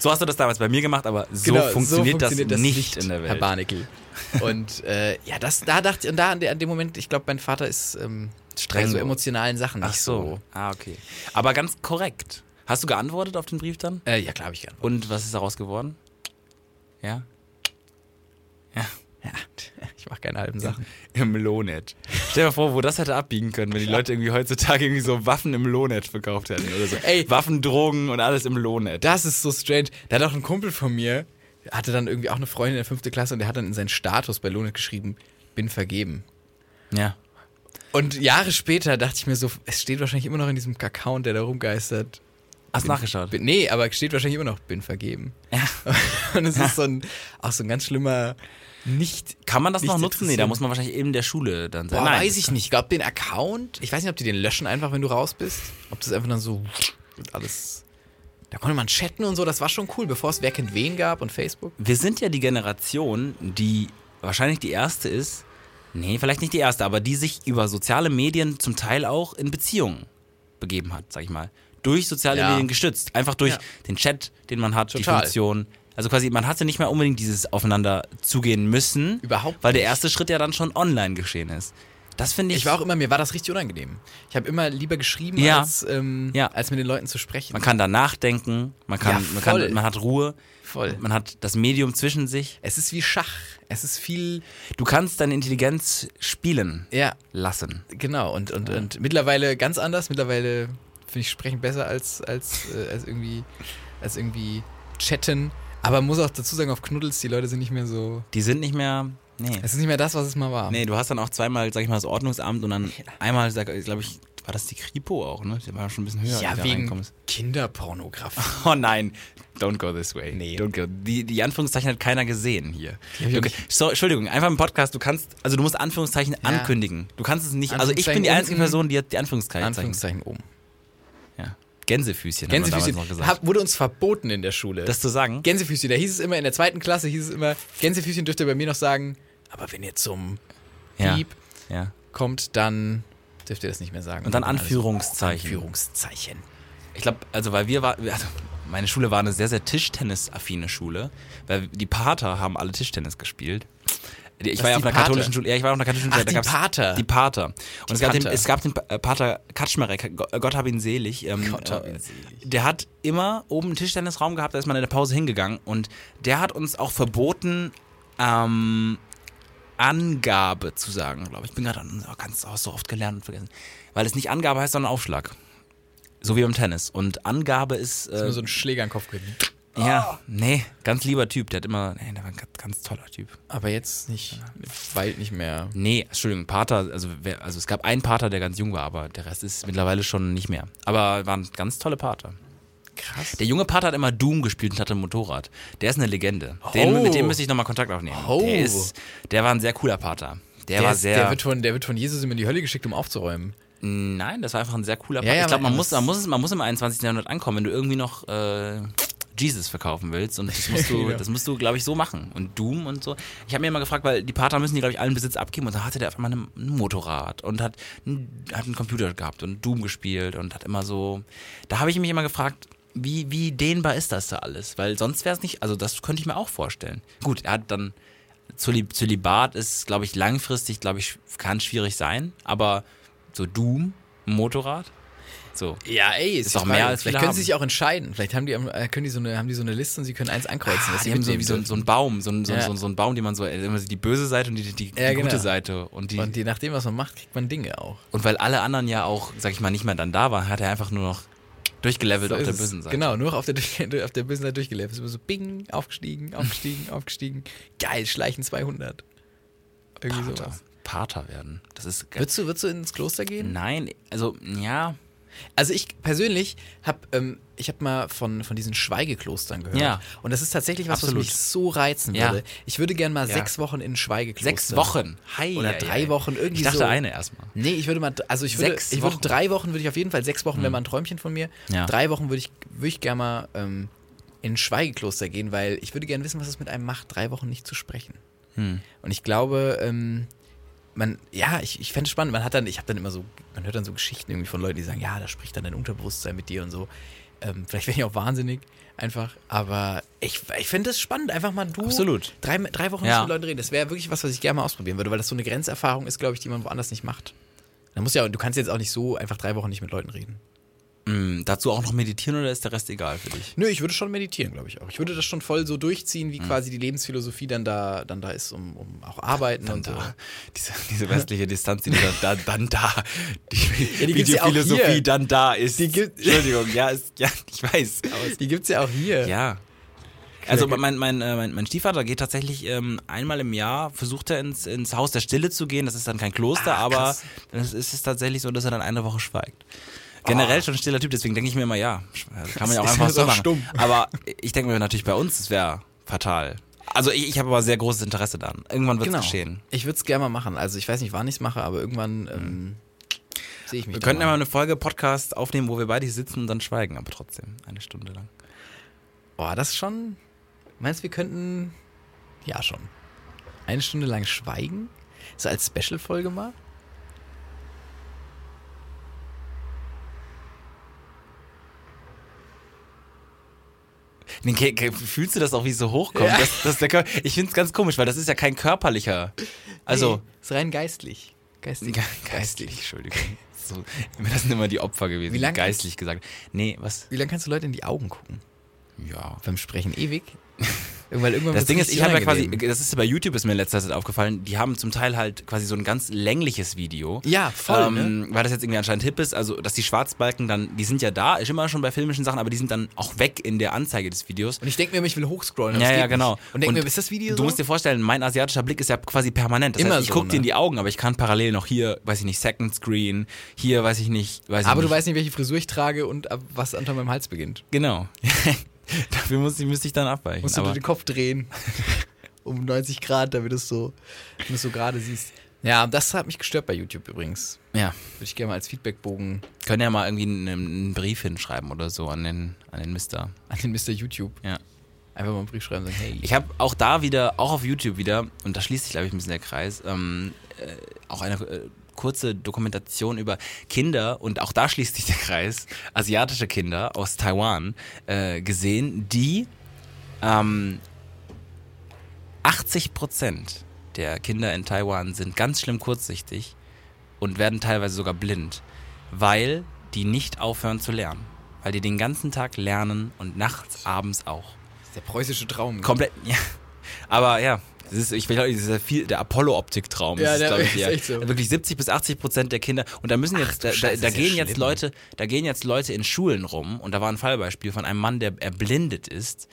[SPEAKER 3] So hast du das damals bei mir gemacht, aber so,
[SPEAKER 2] Genau,
[SPEAKER 3] funktioniert,
[SPEAKER 2] funktioniert
[SPEAKER 3] das, nicht, in der
[SPEAKER 2] Herr
[SPEAKER 3] Welt.
[SPEAKER 2] Barnickel. Und äh, ja, das, da dachte ich, und da an, der, an dem Moment, ich glaube, mein Vater ist ähm,
[SPEAKER 3] Streng
[SPEAKER 2] bei so
[SPEAKER 3] so.
[SPEAKER 2] emotionalen Sachen nicht
[SPEAKER 3] Also Ach so.
[SPEAKER 2] so.
[SPEAKER 3] Ah, okay. Aber ganz korrekt. Hast du geantwortet auf den Brief dann?
[SPEAKER 2] Äh, ja, klar, habe ich gern.
[SPEAKER 3] Und was ist daraus geworden? Ja?
[SPEAKER 2] Ja, ich mache keine halben Sachen.
[SPEAKER 3] Im Lohnet. Stell dir mal vor, wo das hätte abbiegen können, wenn die Leute irgendwie heutzutage irgendwie so Waffen im Lohnet verkauft hätten oder so.
[SPEAKER 2] Ey.
[SPEAKER 3] Waffen, Drogen und alles im Lohnet.
[SPEAKER 2] Das ist so strange. Da hat auch ein Kumpel von mir, hatte dann irgendwie auch eine Freundin in der fünften Klasse und der hat dann in seinen Status bei Lohnet geschrieben, bin vergeben.
[SPEAKER 3] Ja.
[SPEAKER 2] Und Jahre später dachte ich mir so, es steht wahrscheinlich immer noch in diesem Account, der da rumgeistert.
[SPEAKER 3] Hast du nachgeschaut?
[SPEAKER 2] Bin, nee, aber es steht wahrscheinlich immer noch, bin vergeben.
[SPEAKER 3] Ja.
[SPEAKER 2] [laughs] Und es ist so ein, auch so ein ganz schlimmer, nicht,
[SPEAKER 3] Kann man das noch
[SPEAKER 2] Nicht
[SPEAKER 3] nutzen? Nee, da
[SPEAKER 2] interessieren.
[SPEAKER 3] muss man wahrscheinlich eben der Schule dann sein.
[SPEAKER 2] boah,
[SPEAKER 3] Nein.
[SPEAKER 2] weiß ich nicht. Ich glaube, den Account, ich weiß nicht, ob die den löschen einfach, wenn du raus bist. Ob das einfach dann so, und alles, da konnte man chatten und so, das war schon cool, bevor es Wer kennt wen gab und Facebook.
[SPEAKER 3] wir sind ja die Generation, die wahrscheinlich die erste ist, nee, vielleicht nicht die erste, aber die sich über soziale Medien zum Teil auch in Beziehungen begeben hat, sag ich mal. Durch soziale
[SPEAKER 2] Ja.
[SPEAKER 3] Medien gestützt. Einfach durch
[SPEAKER 2] Ja.
[SPEAKER 3] den Chat, den man hat, die
[SPEAKER 2] Total.
[SPEAKER 3] Funktion. Also quasi, man hatte nicht mehr unbedingt dieses Aufeinander zugehen müssen.
[SPEAKER 2] Überhaupt
[SPEAKER 3] Weil der
[SPEAKER 2] nicht.
[SPEAKER 3] erste Schritt ja dann schon online geschehen ist. Das finde ich.
[SPEAKER 2] Ich war auch immer, mir war das richtig unangenehm. Ich habe immer lieber geschrieben,
[SPEAKER 3] Ja.
[SPEAKER 2] als, ähm,
[SPEAKER 3] Ja.
[SPEAKER 2] als mit den Leuten zu sprechen.
[SPEAKER 3] man kann da nachdenken, man, kann,
[SPEAKER 2] Ja,
[SPEAKER 3] man,
[SPEAKER 2] voll.
[SPEAKER 3] kann, man hat Ruhe,
[SPEAKER 2] Voll.
[SPEAKER 3] man hat das Medium zwischen sich.
[SPEAKER 2] es ist wie Schach. Es ist viel,
[SPEAKER 3] Du kannst deine Intelligenz spielen
[SPEAKER 2] ja,
[SPEAKER 3] lassen.
[SPEAKER 2] genau. Und, und, und mittlerweile ganz anders. Mittlerweile finde ich Sprechen besser als, als, äh, als, irgendwie, als irgendwie Chatten. Aber muss auch dazu sagen, auf Knuddels, die Leute sind nicht mehr so.
[SPEAKER 3] Die sind nicht mehr. Nee.
[SPEAKER 2] Es ist nicht mehr das, was es mal war.
[SPEAKER 3] Nee, du hast dann auch zweimal, sag ich mal, das Ordnungsamt und dann einmal, glaube ich, war das die Kripo auch, ne? Die war schon ein bisschen höher,
[SPEAKER 2] ja,
[SPEAKER 3] als du da
[SPEAKER 2] wegen
[SPEAKER 3] reinkommst.
[SPEAKER 2] Kinderpornografie.
[SPEAKER 3] [laughs] Oh nein, don't go this way. Nee. Don't go. Die, die Anführungszeichen hat keiner gesehen hier.
[SPEAKER 2] hab ich
[SPEAKER 3] Du,
[SPEAKER 2] auch
[SPEAKER 3] so, Entschuldigung, einfach im Podcast, du kannst, also du musst Anführungszeichen ankündigen. Du kannst es nicht, also ich bin die
[SPEAKER 2] Anführungszeichen
[SPEAKER 3] einzige
[SPEAKER 2] unten.
[SPEAKER 3] Person, die hat die Anführungszeichen.
[SPEAKER 2] Anführungszeichen oben.
[SPEAKER 3] Ja. Gänsefüßchen, hat man damals noch
[SPEAKER 2] Gänsefüßchen
[SPEAKER 3] gesagt.
[SPEAKER 2] hab, wurde uns verboten in der Schule.
[SPEAKER 3] das zu sagen?
[SPEAKER 2] Gänsefüßchen, da hieß es immer, in der zweiten Klasse hieß es immer, Gänsefüßchen dürfte bei mir noch sagen, aber wenn ihr zum
[SPEAKER 3] ja.
[SPEAKER 2] Piep
[SPEAKER 3] ja.
[SPEAKER 2] kommt, dann dürft ihr das nicht mehr sagen.
[SPEAKER 3] Und dann
[SPEAKER 2] alles-
[SPEAKER 3] Anführungszeichen.
[SPEAKER 2] Anführungszeichen.
[SPEAKER 3] Ich glaube, also weil wir waren, also meine Schule war eine sehr, sehr Tischtennis-affine Schule, weil die Pater haben alle Tischtennis gespielt. Die- Ich
[SPEAKER 2] Was,
[SPEAKER 3] war ja
[SPEAKER 2] die
[SPEAKER 3] auf einer
[SPEAKER 2] Pater?
[SPEAKER 3] katholischen Schule. Ja, ich war auf einer katholischen
[SPEAKER 2] Ach,
[SPEAKER 3] Schule.
[SPEAKER 2] die
[SPEAKER 3] gab's-
[SPEAKER 2] Pater.
[SPEAKER 3] Die Pater. Und es, gab den,
[SPEAKER 2] Äh. Pater.
[SPEAKER 3] es gab den äh, Pater Kaczmarek, Go- Gott hab ihn selig. Ähm,
[SPEAKER 2] Gott hab
[SPEAKER 3] äh,
[SPEAKER 2] ihn selig.
[SPEAKER 3] Der hat immer oben einen Tischtennisraum gehabt, da ist man in der Pause hingegangen. Und der hat uns auch verboten, ähm, Angabe zu sagen, glaube ich. Ich bin gerade an- oh, ganz oh, so oft gelernt und vergessen. Weil es nicht Angabe heißt, sondern Aufschlag. So wie beim Tennis. Und Angabe ist.
[SPEAKER 2] Ist
[SPEAKER 3] Äh,
[SPEAKER 2] mir so ah! ein Schläger in den Kopf kriegen.
[SPEAKER 3] ja, nee, ganz lieber Typ. Der hat immer. Nee, der war ein ganz, ganz toller Typ.
[SPEAKER 2] Aber jetzt nicht, bald nicht mehr.
[SPEAKER 3] Nee, Entschuldigung, Pater. Also, wer, also es gab einen Pater, der ganz jung war, aber der Rest ist mittlerweile schon nicht mehr. Aber waren ganz tolle Pater.
[SPEAKER 2] Krass.
[SPEAKER 3] Der junge Pater hat immer Doom gespielt und hatte ein Motorrad. Der ist eine Legende. Den,
[SPEAKER 2] Oh.
[SPEAKER 3] Mit dem müsste ich nochmal Kontakt aufnehmen.
[SPEAKER 2] Oh.
[SPEAKER 3] Der, ist, der war ein sehr cooler Pater. Der, war
[SPEAKER 2] ist-
[SPEAKER 3] sehr.
[SPEAKER 2] der, wird von, der wird von Jesus immer in die Hölle geschickt, um aufzuräumen.
[SPEAKER 3] Nein, das war einfach ein sehr cooler
[SPEAKER 2] Ja, ja,
[SPEAKER 3] Ich glaube, man
[SPEAKER 2] aber
[SPEAKER 3] muss,
[SPEAKER 2] das-
[SPEAKER 3] man, muss, man muss im 21. Jahrhundert ankommen, wenn du irgendwie noch äh, Jesus verkaufen willst. Und das musst du,
[SPEAKER 2] Ja.
[SPEAKER 3] das musst du glaube ich, so machen. Und Doom und so. Ich habe mir immer gefragt, weil die Pater müssen die, glaube ich, allen Besitz abgeben. Und da hatte der auf einmal ein Motorrad und hat, einen- hat einen Computer gehabt und Doom gespielt und hat immer so. Da habe ich mich immer gefragt, wie, wie dehnbar ist das da alles? Weil sonst wäre es nicht. Also, das könnte ich mir auch vorstellen. Gut, er hat dann. Zölib Zölibat ist, glaube ich, langfristig, glaube ich, kann schwierig sein, aber so Doom, ein Motorrad, so.
[SPEAKER 2] Ja, ey, ist
[SPEAKER 3] doch mehr,
[SPEAKER 2] Vielleicht
[SPEAKER 3] als viele
[SPEAKER 2] können
[SPEAKER 3] haben.
[SPEAKER 2] sie sich auch entscheiden. Vielleicht haben die, am- äh, können die so eine, haben die so eine Liste und sie können eins ankreuzen.
[SPEAKER 3] Ah,
[SPEAKER 2] was sie
[SPEAKER 3] die haben so,
[SPEAKER 2] mitnehmen
[SPEAKER 3] wie so,
[SPEAKER 2] dürfen.
[SPEAKER 3] so einen Baum, so, einen- so,
[SPEAKER 2] Ja.
[SPEAKER 3] so, so einen Baum, die man so, immer die böse Seite und die, die, die,
[SPEAKER 2] Ja,
[SPEAKER 3] die
[SPEAKER 2] genau.
[SPEAKER 3] gute Seite. Und, die, und,
[SPEAKER 2] und je nachdem, was man macht, kriegt man Dinge auch.
[SPEAKER 3] weil alle anderen ja auch, sag ich mal, nicht mehr dann da waren, hat er einfach nur noch durchgelevelt
[SPEAKER 2] So
[SPEAKER 3] auf
[SPEAKER 2] ist
[SPEAKER 3] der
[SPEAKER 2] es.
[SPEAKER 3] bösen Seite.
[SPEAKER 2] Genau, nur auf der, durch- [laughs] auf der bösen Seite durchgelebt. Ist immer so bing, aufgestiegen, aufgestiegen, aufgestiegen. Geil, schleichen 200. Irgendwie
[SPEAKER 3] Pater.
[SPEAKER 2] sowas.
[SPEAKER 3] Pater werden. Das ist ganz.
[SPEAKER 2] Würdest du, würdest du ins Kloster gehen?
[SPEAKER 3] Nein, also, ja.
[SPEAKER 2] Also ich persönlich habe ähm, ich habe mal von, von diesen Schweigeklostern gehört.
[SPEAKER 3] Ja.
[SPEAKER 2] Und das ist tatsächlich was,
[SPEAKER 3] Absolut.
[SPEAKER 2] was mich so reizen
[SPEAKER 3] Ja.
[SPEAKER 2] würde. Ich würde gern mal
[SPEAKER 3] Ja.
[SPEAKER 2] sechs Wochen in ein Schweigekloster.
[SPEAKER 3] Sechs Wochen. Hei,
[SPEAKER 2] Oder
[SPEAKER 3] hei,
[SPEAKER 2] drei
[SPEAKER 3] hei.
[SPEAKER 2] Wochen, irgendwie
[SPEAKER 3] Ich dachte
[SPEAKER 2] so.
[SPEAKER 3] eine erstmal.
[SPEAKER 2] Nee, ich würde mal, also ich würde,
[SPEAKER 3] Sechs
[SPEAKER 2] ich würde
[SPEAKER 3] Wochen. Hm.
[SPEAKER 2] drei Wochen würde ich auf jeden Fall, sechs Wochen wäre mal ein Träumchen von mir.
[SPEAKER 3] Ja.
[SPEAKER 2] Drei Wochen würde ich, würde ich gerne mal ähm, in ein Schweigekloster gehen, weil ich würde gerne wissen, was es mit einem macht, drei Wochen nicht zu sprechen.
[SPEAKER 3] Hm.
[SPEAKER 2] Und ich glaube, ähm, man, ja, ich, ich fände es spannend. Man hat dann, ich habe dann immer so, man hört dann so Geschichten irgendwie von Leuten, die sagen, ja, da spricht dann dein Unterbewusstsein mit dir und so. Ähm, vielleicht wäre ich auch wahnsinnig, einfach. Aber ich, ich fände es spannend, einfach mal du.
[SPEAKER 3] Absolut.
[SPEAKER 2] Drei, drei Wochen
[SPEAKER 3] Ja.
[SPEAKER 2] nicht mit Leuten reden. Das wäre wirklich was, was ich gerne mal ausprobieren würde, weil das so eine Grenzerfahrung ist, glaube ich, die man woanders nicht macht. Da muss ja, du kannst jetzt auch nicht so einfach drei Wochen nicht mit Leuten reden.
[SPEAKER 3] Hm, dazu auch noch meditieren oder ist der Rest egal für dich?
[SPEAKER 2] Nö, ich würde schon meditieren, glaube ich auch. Ich würde das schon voll so durchziehen,
[SPEAKER 3] Mhm.
[SPEAKER 2] wie quasi die Lebensphilosophie dann da, dann da ist, um, um auch arbeiten und so.
[SPEAKER 3] da. Diese, diese westliche Distanz, die da, da, dann da, [laughs] die,
[SPEAKER 2] Ja, die
[SPEAKER 3] wie
[SPEAKER 2] gibt's
[SPEAKER 3] die
[SPEAKER 2] ja auch
[SPEAKER 3] Philosophie
[SPEAKER 2] hier.
[SPEAKER 3] dann da ist.
[SPEAKER 2] Die gibt-
[SPEAKER 3] Entschuldigung, ja, ist, ja, ich weiß. Aber
[SPEAKER 2] Die gibt's ja auch hier.
[SPEAKER 3] ja. Also mein, mein, äh, mein, mein Stiefvater geht tatsächlich ähm, einmal im Jahr, versucht er ins, ins Haus der Stille zu gehen. Das ist dann kein Kloster,
[SPEAKER 2] Ah,
[SPEAKER 3] aber
[SPEAKER 2] krass.
[SPEAKER 3] es ist, ist tatsächlich so, dass er dann eine Woche schweigt. Generell schon ein stiller Typ, deswegen denke ich mir immer, ja, äh, kann man ja
[SPEAKER 2] Oh. [laughs]
[SPEAKER 3] auch
[SPEAKER 2] Ist
[SPEAKER 3] einfach
[SPEAKER 2] das
[SPEAKER 3] so
[SPEAKER 2] auch
[SPEAKER 3] machen.
[SPEAKER 2] stumm?
[SPEAKER 3] Aber ich denke mir natürlich bei uns, es wäre fatal. Also ich, ich habe aber sehr großes Interesse daran. Irgendwann wird es geschehen.
[SPEAKER 2] Genau.
[SPEAKER 3] Mhm.
[SPEAKER 2] Ich würde es gerne mal machen. Also ich weiß nicht, wann ich es mache, aber irgendwann ähm, sehe ich mich.
[SPEAKER 3] Wir
[SPEAKER 2] da
[SPEAKER 3] könnten ja mal
[SPEAKER 2] mal.
[SPEAKER 3] eine Folge Podcast aufnehmen, wo wir beide hier sitzen und dann schweigen, aber trotzdem eine Stunde lang.
[SPEAKER 2] Boah, das ist schon. Meinst du, wir könnten. Ja, schon. Eine Stunde lang schweigen? So als Special-Folge mal?
[SPEAKER 3] Den, Ke- Ke- fühlst du das auch, wie es so hochkommt? Das, das der Kör- ich finde es ganz komisch, weil das ist ja kein körperlicher. Also,
[SPEAKER 2] Ist rein geistlich. Geistig.
[SPEAKER 3] [laughs] Ge- geistlich, Entschuldigung. So, das sind immer die Opfer gewesen,
[SPEAKER 2] Wie
[SPEAKER 3] wie
[SPEAKER 2] lang-
[SPEAKER 3] geistlich gesagt. Nee, was?
[SPEAKER 2] Wie lange kannst du Leute in die Augen gucken?
[SPEAKER 3] Ja.
[SPEAKER 2] Beim Sprechen
[SPEAKER 3] [laughs]
[SPEAKER 2] ewig? Weil irgendwann
[SPEAKER 3] Das
[SPEAKER 2] wird's
[SPEAKER 3] Ding ist,
[SPEAKER 2] richtig
[SPEAKER 3] ich habe ja quasi,
[SPEAKER 2] unangenehm.
[SPEAKER 3] das ist bei YouTube ist mir in letzter Zeit aufgefallen, die haben zum Teil halt quasi so ein ganz längliches Video.
[SPEAKER 2] Ja, voll, ne?
[SPEAKER 3] Ähm, Weil das jetzt irgendwie anscheinend hip ist, also dass die Schwarzbalken dann, die sind ja da, ist immer schon bei filmischen Sachen, aber die sind dann auch weg in der Anzeige des Videos.
[SPEAKER 2] Und ich denke mir, immer, ich will hochscrollen. aber
[SPEAKER 3] Ja,
[SPEAKER 2] es
[SPEAKER 3] ja,
[SPEAKER 2] geht
[SPEAKER 3] genau.
[SPEAKER 2] Nicht. Und denke mir, ist das Video
[SPEAKER 3] Du
[SPEAKER 2] so?
[SPEAKER 3] musst dir vorstellen, mein asiatischer Blick ist ja quasi permanent. Das
[SPEAKER 2] Immer
[SPEAKER 3] heißt, ich
[SPEAKER 2] so,
[SPEAKER 3] gucke dir in
[SPEAKER 2] ne?
[SPEAKER 3] die Augen, aber ich kann parallel noch hier, weiß ich nicht, Second Screen, hier, weiß ich nicht, weiß ich
[SPEAKER 2] aber
[SPEAKER 3] nicht.
[SPEAKER 2] du weißt nicht, welche Frisur ich trage und ab, was unter meinem Hals beginnt.
[SPEAKER 3] Genau. [laughs] Dafür muss ich, müsste ich dann abweichen.
[SPEAKER 2] Musst
[SPEAKER 3] aber
[SPEAKER 2] du den Kopf
[SPEAKER 3] [laughs]
[SPEAKER 2] drehen um 90 Grad, damit du es so, damit du es so gerade siehst. Ja, das hat mich gestört bei YouTube übrigens.
[SPEAKER 3] ja,
[SPEAKER 2] Würde ich gerne mal als Feedbackbogen
[SPEAKER 3] können ja mal irgendwie einen, einen Brief hinschreiben oder so an den, an den Mister.
[SPEAKER 2] an den Mr. YouTube.
[SPEAKER 3] Ja.
[SPEAKER 2] Einfach mal einen Brief schreiben und sagen, hey.
[SPEAKER 3] Ich habe auch da wieder, auch auf YouTube wieder, und da schließt sich, glaube ich, ein bisschen der Kreis, ähm, äh, auch eine äh, kurze Dokumentation über Kinder, und auch da schließt sich der Kreis, asiatische Kinder aus Taiwan äh, gesehen, die ähm, 80 Prozent der Kinder in Taiwan sind ganz schlimm kurzsichtig und werden teilweise sogar blind, weil die nicht aufhören zu lernen. Weil die den ganzen Tag lernen und nachts, abends auch.
[SPEAKER 2] das ist der preußische Traum.
[SPEAKER 3] Komplett, ja. Aber ja, das ist, ich glaube, das ist ja viel, der Apollo-Optik-Traum.
[SPEAKER 2] Ja,
[SPEAKER 3] ist, es,
[SPEAKER 2] der-
[SPEAKER 3] glaub ich,
[SPEAKER 2] ist
[SPEAKER 3] ja.
[SPEAKER 2] echt so.
[SPEAKER 3] Wirklich 70 bis 80 Prozent der Kinder. Und da müssen jetzt, da, da,
[SPEAKER 2] Scheiße,
[SPEAKER 3] da
[SPEAKER 2] ist ja
[SPEAKER 3] gehen jetzt
[SPEAKER 2] schlimm.
[SPEAKER 3] Leute, da gehen jetzt Leute in Schulen rum. Und da war ein Fallbeispiel von einem Mann, der erblindet ist,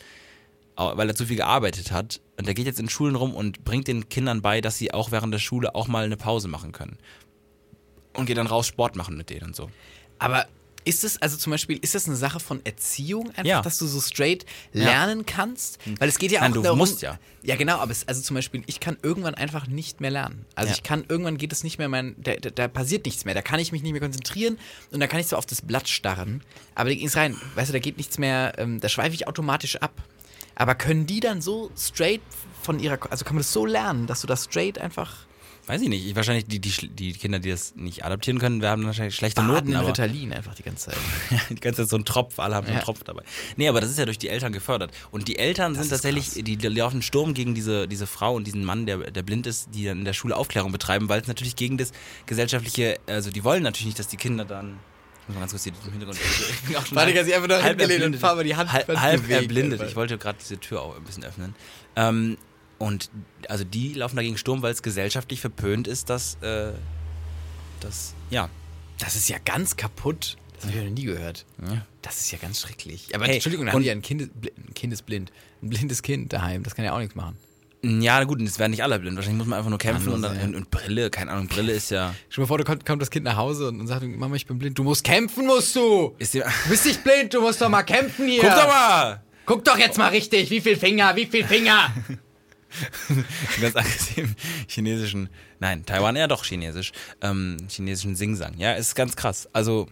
[SPEAKER 3] au- weil er zu viel gearbeitet hat. Und der geht jetzt in Schulen rum und bringt den Kindern bei, dass sie auch während der Schule auch mal eine Pause machen können. Und geht dann raus Sport machen mit denen und so.
[SPEAKER 2] Aber ist es, also zum Beispiel, ist das eine Sache von Erziehung einfach,
[SPEAKER 3] Ja. Hm.
[SPEAKER 2] dass du so straight lernen kannst? Weil es geht ja
[SPEAKER 3] Nein,
[SPEAKER 2] auch
[SPEAKER 3] du
[SPEAKER 2] darum,
[SPEAKER 3] musst ja.
[SPEAKER 2] Ja, genau, aber es, also zum Beispiel, ich kann irgendwann einfach nicht mehr lernen. Also
[SPEAKER 3] Ja.
[SPEAKER 2] ich kann, irgendwann geht es nicht mehr, mein, da, da, da passiert nichts mehr, da kann ich mich nicht mehr konzentrieren und da kann ich so auf das Blatt starren, aber da ging es rein, weißt du, da geht nichts mehr, ähm, da schweife ich automatisch ab. Aber können die dann so straight von ihrer, also kann man das so lernen, dass du das straight einfach
[SPEAKER 3] Weiß ich nicht. Ich, wahrscheinlich die, die, schl- die Kinder, die das nicht adaptieren können, werden wahrscheinlich schlechte
[SPEAKER 2] baden
[SPEAKER 3] Noten.
[SPEAKER 2] in
[SPEAKER 3] aber-
[SPEAKER 2] Ritalin einfach die ganze Zeit.
[SPEAKER 3] Ja, [laughs] die ganze Zeit so ein Tropf, alle haben so einen
[SPEAKER 2] Ja.
[SPEAKER 3] Tropf dabei. Nee, aber das ist ja durch die Eltern gefördert. Und die Eltern sind
[SPEAKER 2] ist
[SPEAKER 3] tatsächlich, die, die laufen Sturm gegen diese, diese Frau und diesen Mann, der, der blind ist, die dann in der Schule Aufklärung betreiben, weil es natürlich gegen das gesellschaftliche, also die wollen natürlich nicht, dass die Kinder dann. Ich muss mal ganz kurz hier im Hintergrund. [laughs] Ich bin auch schon
[SPEAKER 2] Warte,
[SPEAKER 3] halb-
[SPEAKER 2] ganz einfach nur
[SPEAKER 3] halb
[SPEAKER 2] hingelehnt und
[SPEAKER 3] erblindet.
[SPEAKER 2] fahr mal die Hand
[SPEAKER 3] Halb,
[SPEAKER 2] fast
[SPEAKER 3] halb
[SPEAKER 2] den Weg
[SPEAKER 3] erblindet.
[SPEAKER 2] einfach.
[SPEAKER 3] Ich wollte gerade diese Tür auch ein bisschen öffnen. Ähm, und also die laufen dagegen Sturm, weil es gesellschaftlich verpönt ist, dass. Äh, dass ja.
[SPEAKER 2] Das ist ja ganz kaputt. Das habe ich noch nie gehört.
[SPEAKER 3] Ja.
[SPEAKER 2] Das ist ja ganz schrecklich. Aber
[SPEAKER 3] Hey,
[SPEAKER 2] Entschuldigung, da
[SPEAKER 3] und-
[SPEAKER 2] haben die ja ein Kind, ein Kind ist blind. Ein blindes Kind daheim, das kann ja auch nichts machen.
[SPEAKER 3] Ja, na gut, und es werden nicht alle blind. Wahrscheinlich muss man einfach nur kämpfen und,
[SPEAKER 2] Andere,
[SPEAKER 3] dann,
[SPEAKER 2] ja.
[SPEAKER 3] und, und Brille, keine Ahnung, Brille ist ja.
[SPEAKER 2] Stell dir mal vor, da kommt, kommt das Kind nach Hause und, und sagt, Mama, ich bin blind. Du musst kämpfen, musst du.
[SPEAKER 3] Ist ja
[SPEAKER 2] Du bist nicht blind, du musst doch mal kämpfen hier.
[SPEAKER 3] Guck doch mal!
[SPEAKER 2] Guck doch jetzt mal richtig, wie viel Finger, wie viel Finger.
[SPEAKER 3] Im [laughs] Ganz aggressiv chinesischen, nein, Taiwan ja doch chinesisch, ähm, chinesischen Singsang. Ja, ist ganz krass. Also